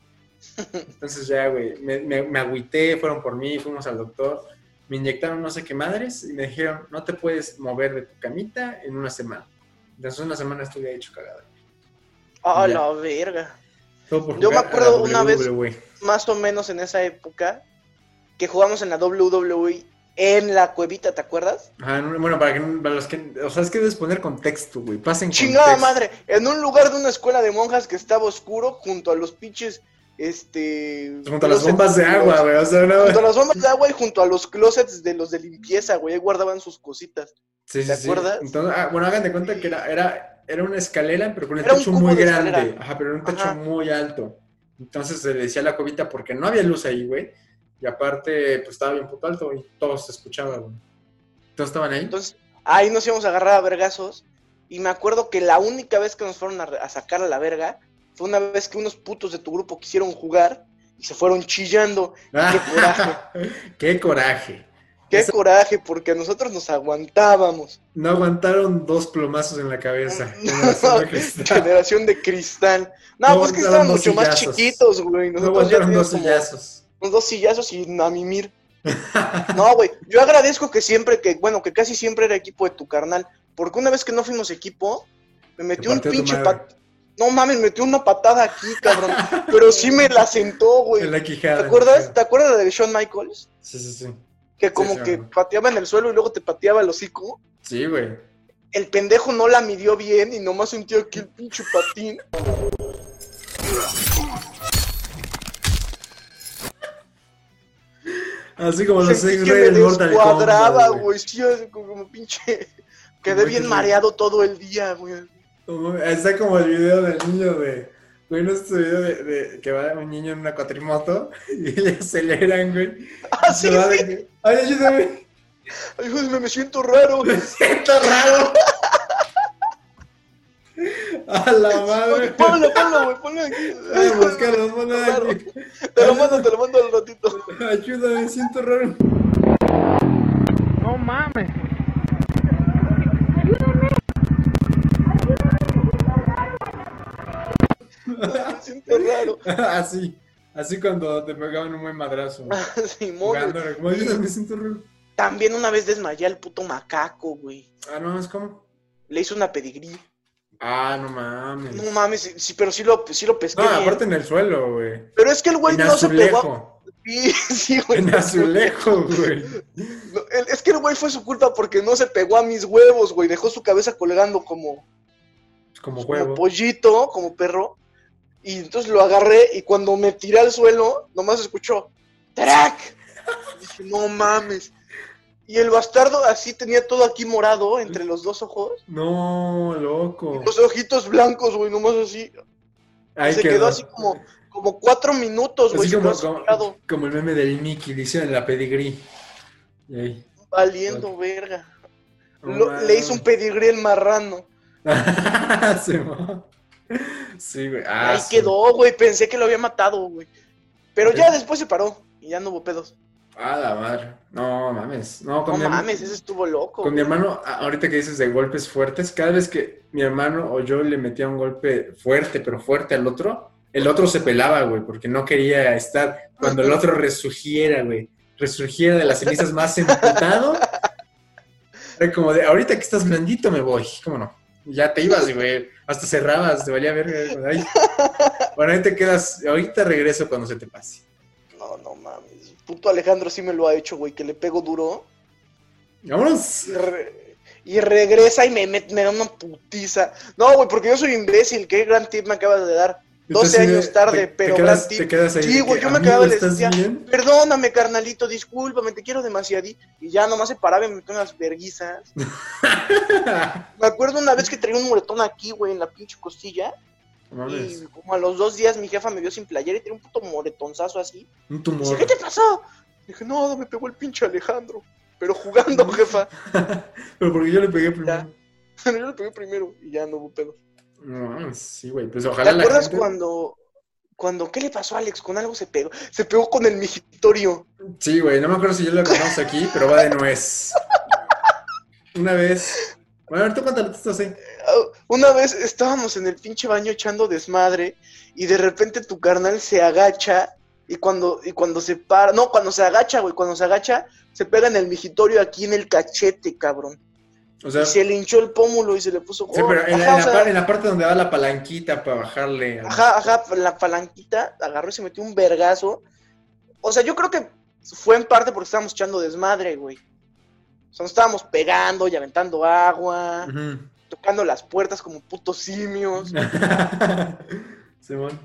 Entonces ya, güey, me, me, me agüité, fueron por mí, fuimos al doctor, me inyectaron no sé qué madres y me dijeron, no te puedes mover de tu camita en una semana. Entonces una semana estuve ahí hecho cagada.
A
Ya.
la verga.
Todo por
Yo me
jugar a la
acuerdo una vez-
WWE.
Más o menos en esa época que jugamos en la WWE en la cuevita, ¿te acuerdas?
Ajá, no, bueno, para, que, para los que... O sea, es que debes poner contexto, güey. Pasen
Chingada
contexto.
madre, en un lugar de una escuela de monjas que estaba oscuro junto a los pinches, este...
Junto a las
closets-
bombas de agua, güey. O sea, no,
Junto a las bombas de agua y junto a los closets de los de limpieza, güey, ahí guardaban sus cositas.
Sí,
¿Te
sí, sí.
acuerdas?
Entonces, ah, bueno, hagan de cuenta que era, era, era una escalera, pero con un
Era un
techo
cubo
muy
de
grande.
escalera.
Ajá, pero era un techo
Ajá.
muy alto. Entonces se le decía la cobita porque no había luz ahí, güey. Y aparte, pues estaba bien puto alto y todo se escuchaba, güey. ¿Todos estaban ahí?
Entonces, ahí nos íbamos a agarrar a vergazos. Y me acuerdo que la única vez que nos fueron a, re- a sacar a la verga fue una vez que unos putos de tu grupo quisieron jugar y se fueron chillando. qué coraje.
Ah, ¡Qué coraje!
¡Qué
Eso-
coraje! Porque nosotros nos aguantábamos.
No aguantaron dos plomazos en la cabeza. Generación de cristal.
Generación de cristal. No,
No
pues
aguantaron
que estaban
dos
mucho más
sillazos.
chiquitos, güey.
No
Nosotros ya
aguantaron dos
teníamos como
sillazos.
unos dos sillazos y a mimir. No, güey, yo agradezco que siempre, que bueno, que casi siempre era equipo de tu carnal, porque una vez que no fuimos equipo,
Te
me metió un
partió tu
pinche
madre.
pat... No mames, me metió una patada aquí, cabrón, pero sí me la sentó,
En
güey.
la
¿Te
quijada.
acuerdas? ¿Te acuerdas de Shawn Michaels?
Sí, sí, sí.
Que como
sí,
que
güey.
pateaba en el suelo y luego te pateaba el hocico.
Sí, güey.
El pendejo no la midió bien y nomás sintió aquí el pinche patín.
Así como los
Sentí
seis
que
reyes
me
Mortal Kombat,
descuadraba, güey. Sí, así como pinche... Quedé
Güey,
bien
qué-
mareado todo el día, güey.
Como- Está como el video del niño de. Güey, no es este video de, de que va un niño en una cuatrimoto y le aceleran, güey.
Ah, sí,
Se va de
sí.
que, Ay, ayúdame.
Ay, güey, me- me siento raro.
Me siento raro. A la madre.
Oye, Ponlo, ponlo, güey, ponlo aquí.
Voy a buscarlo, ponlo aquí.
Te lo mando, te lo mando al ratito.
Ayúdame, me siento raro.
No mames.
Me siento raro.
Así. Así cuando te pegaban un buen madrazo.
Ah,
güey,
Simón.
Jugando, como ayúdame, me siento raro.
También una vez desmayé al puto macaco, güey.
Ah, no, es como.
Le hice una pedigrí.
Ah, no mames.
No mames, sí, pero sí lo, sí lo pesqué.
No,
bien.
aparte en el suelo, güey.
Pero es que el güey
En
no se pegó.
azulejo.
Sí, sí, güey.
En azulejo, güey.
No, el- Es que el güey fue su culpa porque no se pegó a mis huevos, güey. Dejó su cabeza colgando como.
Como huevo.
como pollito, como perro. Y entonces lo agarré y cuando me tiré al suelo, nomás escuchó ¡Track! Y dije, no mames. Y el bastardo así tenía todo aquí morado entre los dos ojos.
No, loco.
Los ojitos blancos, güey, nomás así.
Oh. Ahí
se quedó. así como, como cuatro minutos, güey.
Así
se quedó
como,
así
como-
morado,
como el meme del Mickey, le hicieron la pedigrí. Y ahí,
valiendo verga.
no
Lo-
mames.
le hizo un pedigrí el marrano.
Se mo- sí, güey. Ah,
Ahí
sí.
quedó, güey. Pensé que lo había matado, güey. Pero ya después se paró y ya no hubo pedos.
Ah, la madre. No mames. No, con
No
mi herma-
mames, ese estuvo loco.
Con mi
güey.
hermano, a- ahorita que dices de golpes fuertes, cada vez que mi hermano o yo le metía un golpe fuerte, pero fuerte al otro, el otro se pelaba, güey, porque no quería estar cuando el otro resurgiera, güey. Resurgiera de las cenizas más emputado. Era como de, ahorita que estás blandito me voy, ¿cómo no? Ya te ibas, güey. Hasta cerrabas, te valía verga. Ay. Bueno, ahí te quedas, ahorita regreso cuando se te pase.
No, no mames. Puto Alejandro sí me lo ha hecho, güey, que le pego duro.
Vámonos.
Y, re- y regresa y me, me, me da una putiza. No, güey, porque yo soy imbécil. Qué gran tip me acabas de dar. 12
Entonces,
años tarde,
te- te
pero
quedas-
Brad Pitt-
te quedas ahí
Sí,
de
güey,
que,
yo me
"Amigo,
quedaba y le
¿estás
decía,
bien?"
Perdóname, carnalito, discúlpame, te quiero demasiado. Y ya nomás se paraba y me metía unas verguizas. Me acuerdo una vez que traía un moretón aquí, güey, en la pinche costilla.
Mames,
Y como a los dos días mi jefa me vio sin playera y tenía un puto moretonzazo así.
un
Dice,
tumor.
¿qué te pasó? Dije, no, me pegó el pinche Alejandro. Pero jugando, jefa.
Pero porque yo le pegué primero.
Ya. Yo le pegué primero y ya no hubo pedo.
No mames, sí, güey. Pues
¿Te
ojalá la
acuerdas
gente-
cuando, cuando, qué le pasó a Alex? Con algo se pegó. Se pegó con el mijitorio.
Sí, güey, no me acuerdo si yo la conozco aquí, pero va de nuez. Una vez. Bueno, ahorita cuéntalo, tú estás ahí.
Ah, Una vez estábamos en el pinche baño echando desmadre y de repente tu carnal se agacha y cuando, y cuando se para, no, cuando se agacha, güey, cuando se agacha, se pega en el mijitorio aquí en el cachete, cabrón.
O sea,
y se le hinchó el pómulo y se le puso...
sí, pero en, la- en
Ajá, o
la,
sea,
par- en la parte donde va la palanquita para bajarle. al-
Ajá, ajá, la palanquita agarró y se metió un vergazo. O sea, yo creo que fue en parte porque estábamos echando desmadre, güey. O sea, nos estábamos pegando y aventando agua,
Ujú.
tocando las puertas como putos simios.
Simón.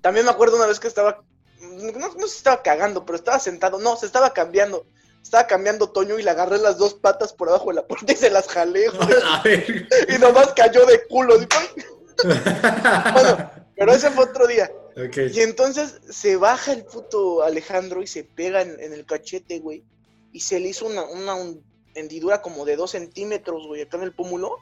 También me acuerdo una vez que estaba, no, no se estaba cagando, pero estaba sentado, no, se estaba cambiando. Estaba cambiando Toño y le agarré las dos patas por abajo de la puerta y se las jalé, güey.
A ver.
Y nomás cayó de culo. así, ¡ay! Pero ese fue otro día. Y
ok.
entonces se baja el puto Alejandro y se pega en, en el cachete, güey. Y se le hizo una, una hun- hendidura como de dos centímetros, güey, acá en el pómulo.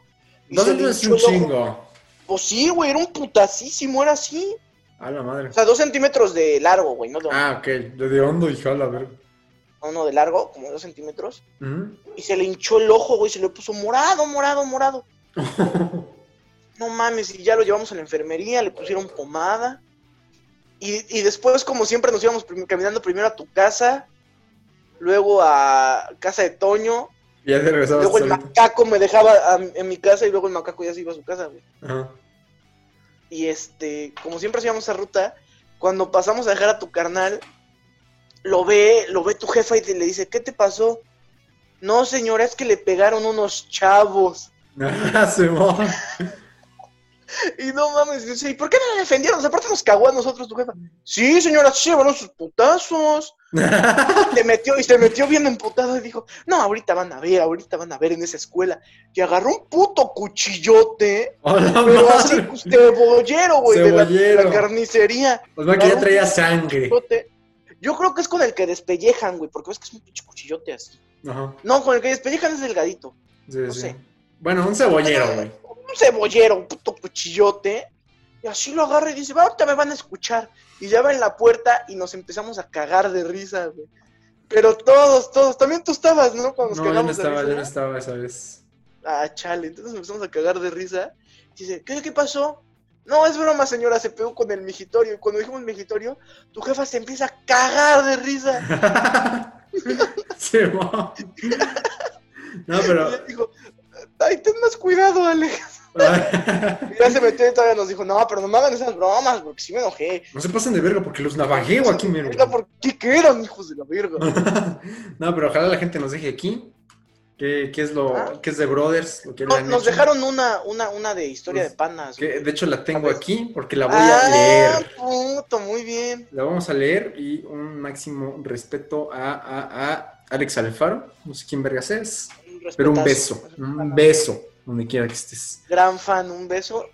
Y
Dos
se le
centímetros es
hinchó
un
el ojo.
chingo.
Pues sí, güey, era un putacísimo, era así.
A la madre.
O sea, dos centímetros de largo, güey, no de,
Ah, ok. Lo de hondo y jala, a ver.
no, no, de largo, como dos centímetros.
Ujú.
Y se le hinchó el ojo, güey, se le puso morado, morado, morado. No mames, y ya lo llevamos a la enfermería, le pusieron pomada. Y, y después, como siempre, nos íbamos prim- caminando primero a tu casa, luego a casa de Toño,
ya te regresabas
luego el
solito.
macaco me dejaba a- en mi casa y luego el macaco ya se iba a su casa, güey.
Ajá.
Y este, como siempre hacíamos esa ruta, cuando pasamos a dejar a tu carnal, lo ve, lo ve tu jefa y te, le dice, ¿qué te pasó? No, señora, es que le pegaron unos chavos.
Ah, Simón.
Y no mames, dice, ¿y por qué no la defendieron? O sea, aparte nos cagó a nosotros tu jefa. Sí, señora, sí se llevaron sus putazos. Se metió y se metió bien emputado y dijo, no, ahorita van a ver, ahorita van a ver en esa escuela. Y agarró un puto cuchillote,
Hola,
pero así, pues, cebollero, güey, de la, de la
Cebollero.
carnicería.
Pues va que ya traía sangre.
Cuchillote. Yo creo que es con el que despellejan, güey, porque ves que es un pinche cuchillote así.
Ajá.
No, con el que despellejan es delgadito.
Sí,
No
sí.
sé.
Bueno, un cebollero, güey.
un cebollero, un puto cuchillote. Y así lo agarra y dice, "Va, ahorita me van a escuchar. Y ya va en la puerta y nos empezamos a cagar de risa, güey. Pero todos, todos, también tú estabas, ¿no? Cuando nos
No, yo no
cagamos
estaba, yo
de
no
risa.
estaba esa vez.
Ah, chale, entonces nos empezamos a cagar de risa. Y dice, ¿qué, qué pasó? No, es broma, señora, se pegó con el mijitorio. Y cuando dijimos mijitorio, tu jefa se empieza a cagar de risa.
Simón. No, pero.
Y le dijo, ay, ten más cuidado, Alex. Y ya se metió y todavía nos dijo, no, pero no me hagan esas bromas, porque sí me enojé.
No se pasen de verga porque los navagueo aquí, mero.
Verga, ¿por qué quedan, hijos de la verga?
No, pero ojalá la gente nos deje aquí. ¿Qué, qué es lo
Ah.
qué es de Brothers? Lo que le
No,
han
nos
hecho.
dejaron una, una, una de historia
Pues,
de panas. güey.
Que, de hecho, la tengo
¿Sabes?
aquí porque la voy a
Ah,
leer.
puto, muy bien.
La vamos a leer y un máximo respeto a, a, a Alex Alfaro. No sé quién vergas es, pero un
respetazo.
beso. Un beso, donde quiera que estés.
Gran fan, un beso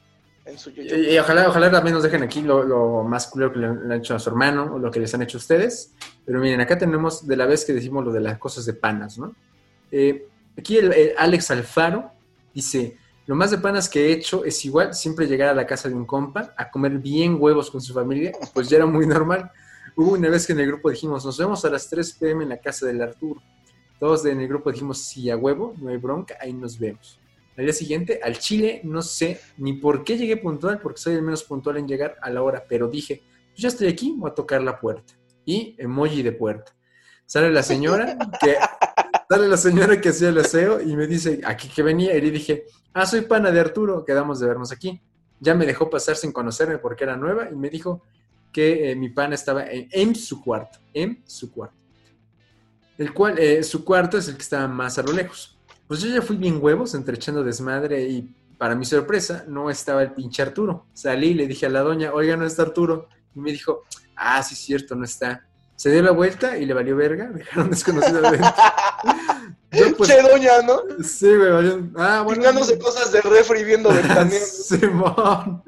en su
Y,
yuyu.
y Eh, ojalá, ojalá también nos dejen aquí lo, lo más culero que le han hecho a su hermano o lo que les han hecho a ustedes. Pero miren, acá tenemos de la vez que decimos lo de las cosas de panas, ¿no? Eh, aquí el, el Alex Alfaro dice: Lo más de panas que he hecho es igual, siempre llegar a la casa de un compa a comer bien huevos con su familia, pues ya era muy normal. Hubo una vez que en el grupo dijimos: Nos vemos a las 3 pm en la casa del Arturo. Todos en el grupo dijimos: Sí, a huevo, no hay bronca, ahí nos vemos. Al día siguiente, al Chile, no sé ni por qué llegué puntual, porque soy el menos puntual en llegar a la hora, pero dije, pues ya estoy aquí, voy a tocar la puerta. Y emoji de puerta. Sale la señora que sale la señora que hacía el aseo y me dice, aquí que venía, y le dije, ah, soy pana de Arturo, quedamos de vernos aquí. Ya me dejó pasar sin conocerme porque era nueva y me dijo que eh, mi pana estaba en, en su cuarto, en su cuarto. El cual, eh, su cuarto es el que estaba más a lo lejos. Pues yo ya fui bien huevos, entre echando desmadre y para mi sorpresa no estaba el pinche Arturo. Salí y le dije a la doña, oiga, no está Arturo. Y me dijo, ah, sí, es cierto, no está. Se dio la vuelta y le valió verga, dejaron desconocido adentro. Yo pues,
che, doña, ¿no?
sí, me valió. Ah, bueno.
Chingándose cosas de refri viendo también.
Simón.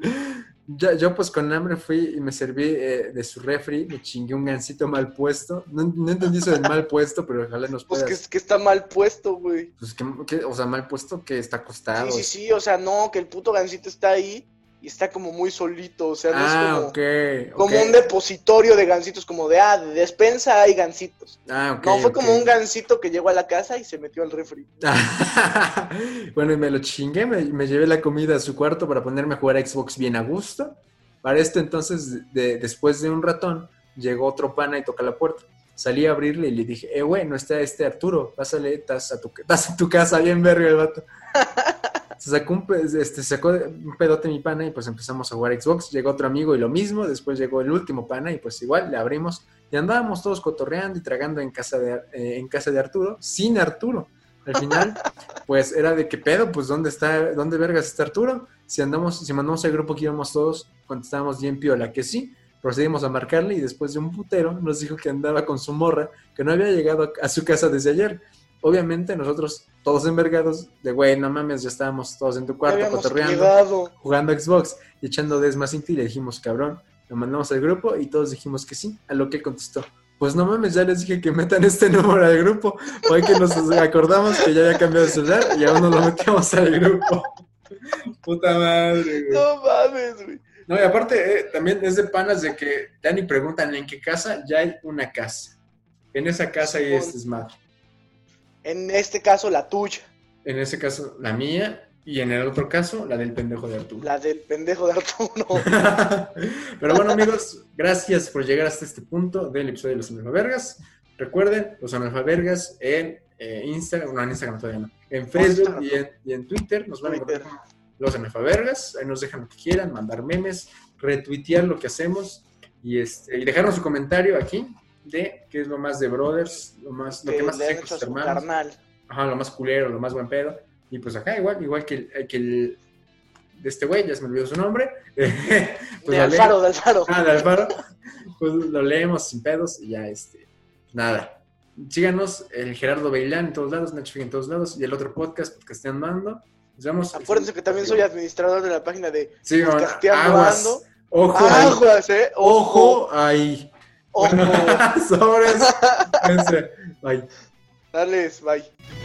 Yo, yo, pues con hambre fui y me serví eh, de su refri, me chingué un gancito mal puesto. No, no entendí eso del mal puesto, pero ojalá nos
Pues
puedas.
que, que está mal puesto, güey.
pues, que- que- o sea, mal puesto que está acostado.
Sí, sí, sí, o sea, no, que el puto gancito está ahí y está como muy solito, o sea, no es
Ah,
como,
ok.
como
ok.
un depositorio de gansitos, como de, ah, de despensa hay gansitos.
Ah, ok,
No, fue
ok.
como un gansito que llegó a la casa y se metió al refri.
bueno, y me lo chingué, me, me llevé la comida a su cuarto para ponerme a jugar a Xbox bien a gusto. Para esto entonces, de- después de un ratón, llegó otro pana y toca la puerta. Salí a abrirle y le dije, eh, güey, no está este Arturo, pásale, estás a tu, estás a tu casa, bien verga el vato. Se sacó, un, pe- este, sacó un pedote mi pana y pues empezamos a jugar a Xbox. Llegó otro amigo y lo mismo. Después llegó el último pana y pues igual le abrimos. Y andábamos todos cotorreando y tragando en casa de, Ar- eh, en casa de Arturo, sin Arturo. Al final, pues era de qué pedo, pues dónde está, dónde vergas está Arturo. Si andamos, si mandamos al grupo que íbamos todos, contestábamos bien piola que sí. Procedimos a marcarle y después de un putero nos dijo que andaba con su morra, que no había llegado a- a su casa desde ayer. Obviamente nosotros todos envergados, de güey, no mames, ya estábamos todos en tu
Ya
cuarto
habíamos
cotorreando
quedado.
jugando a Xbox y echando desmas sin ti, le dijimos, cabrón, lo mandamos al grupo y todos dijimos que sí, a lo que él contestó, pues no mames, ya les dije que metan este número al grupo, hoy que nos acordamos que ya había cambiado de celular y aún no lo metíamos al grupo. Puta madre,
No mames, güey.
No, y aparte eh, también es de panas de que Dani preguntan en qué casa, ya hay una casa. En esa casa hay este desmadre.
En este caso, la tuya,
En ese caso, la mía, y en el otro caso, la del pendejo de Arturo.
la del pendejo de Arturo.
Pero bueno, amigos, gracias por llegar hasta este punto del episodio de los analfabergas. Recuerden, los analfabergas en eh, Instagram, no en Instagram todavía no, en Facebook y en, y en Twitter nos van a encontrar como los analfabergas. Ahí nos dejan lo que quieran, mandar memes, retuitear lo que hacemos y, este, y dejarnos su comentario aquí de qué es lo más de brothers, lo más lo que más
le
hace
han
con
hecho a
sus
su
hermanos
carnal.
ajá, lo más culero, lo más buen pedo. Y pues acá igual, igual que el, que el de este güey, ya se me olvidó su nombre. pues
de
lo le-
Alfaro, de Alfaro.
Ah, de Alfaro. Pues lo leemos sin pedos y ya este. Nada. Síganos, el Gerardo Bailán en todos lados, Nacho Figue en todos lados, y el otro podcast, Podcasteando Ando. Nos vemos.
Acuérdense que también soy administrador de la página de
Sí, bueno,
Podcasteando
aguas.
Ando.
Ojo, ahí.
Aguas, eh.
ojo ahí.
Ojo.
Sobres. Cuídense. Bye.
Dale, bye.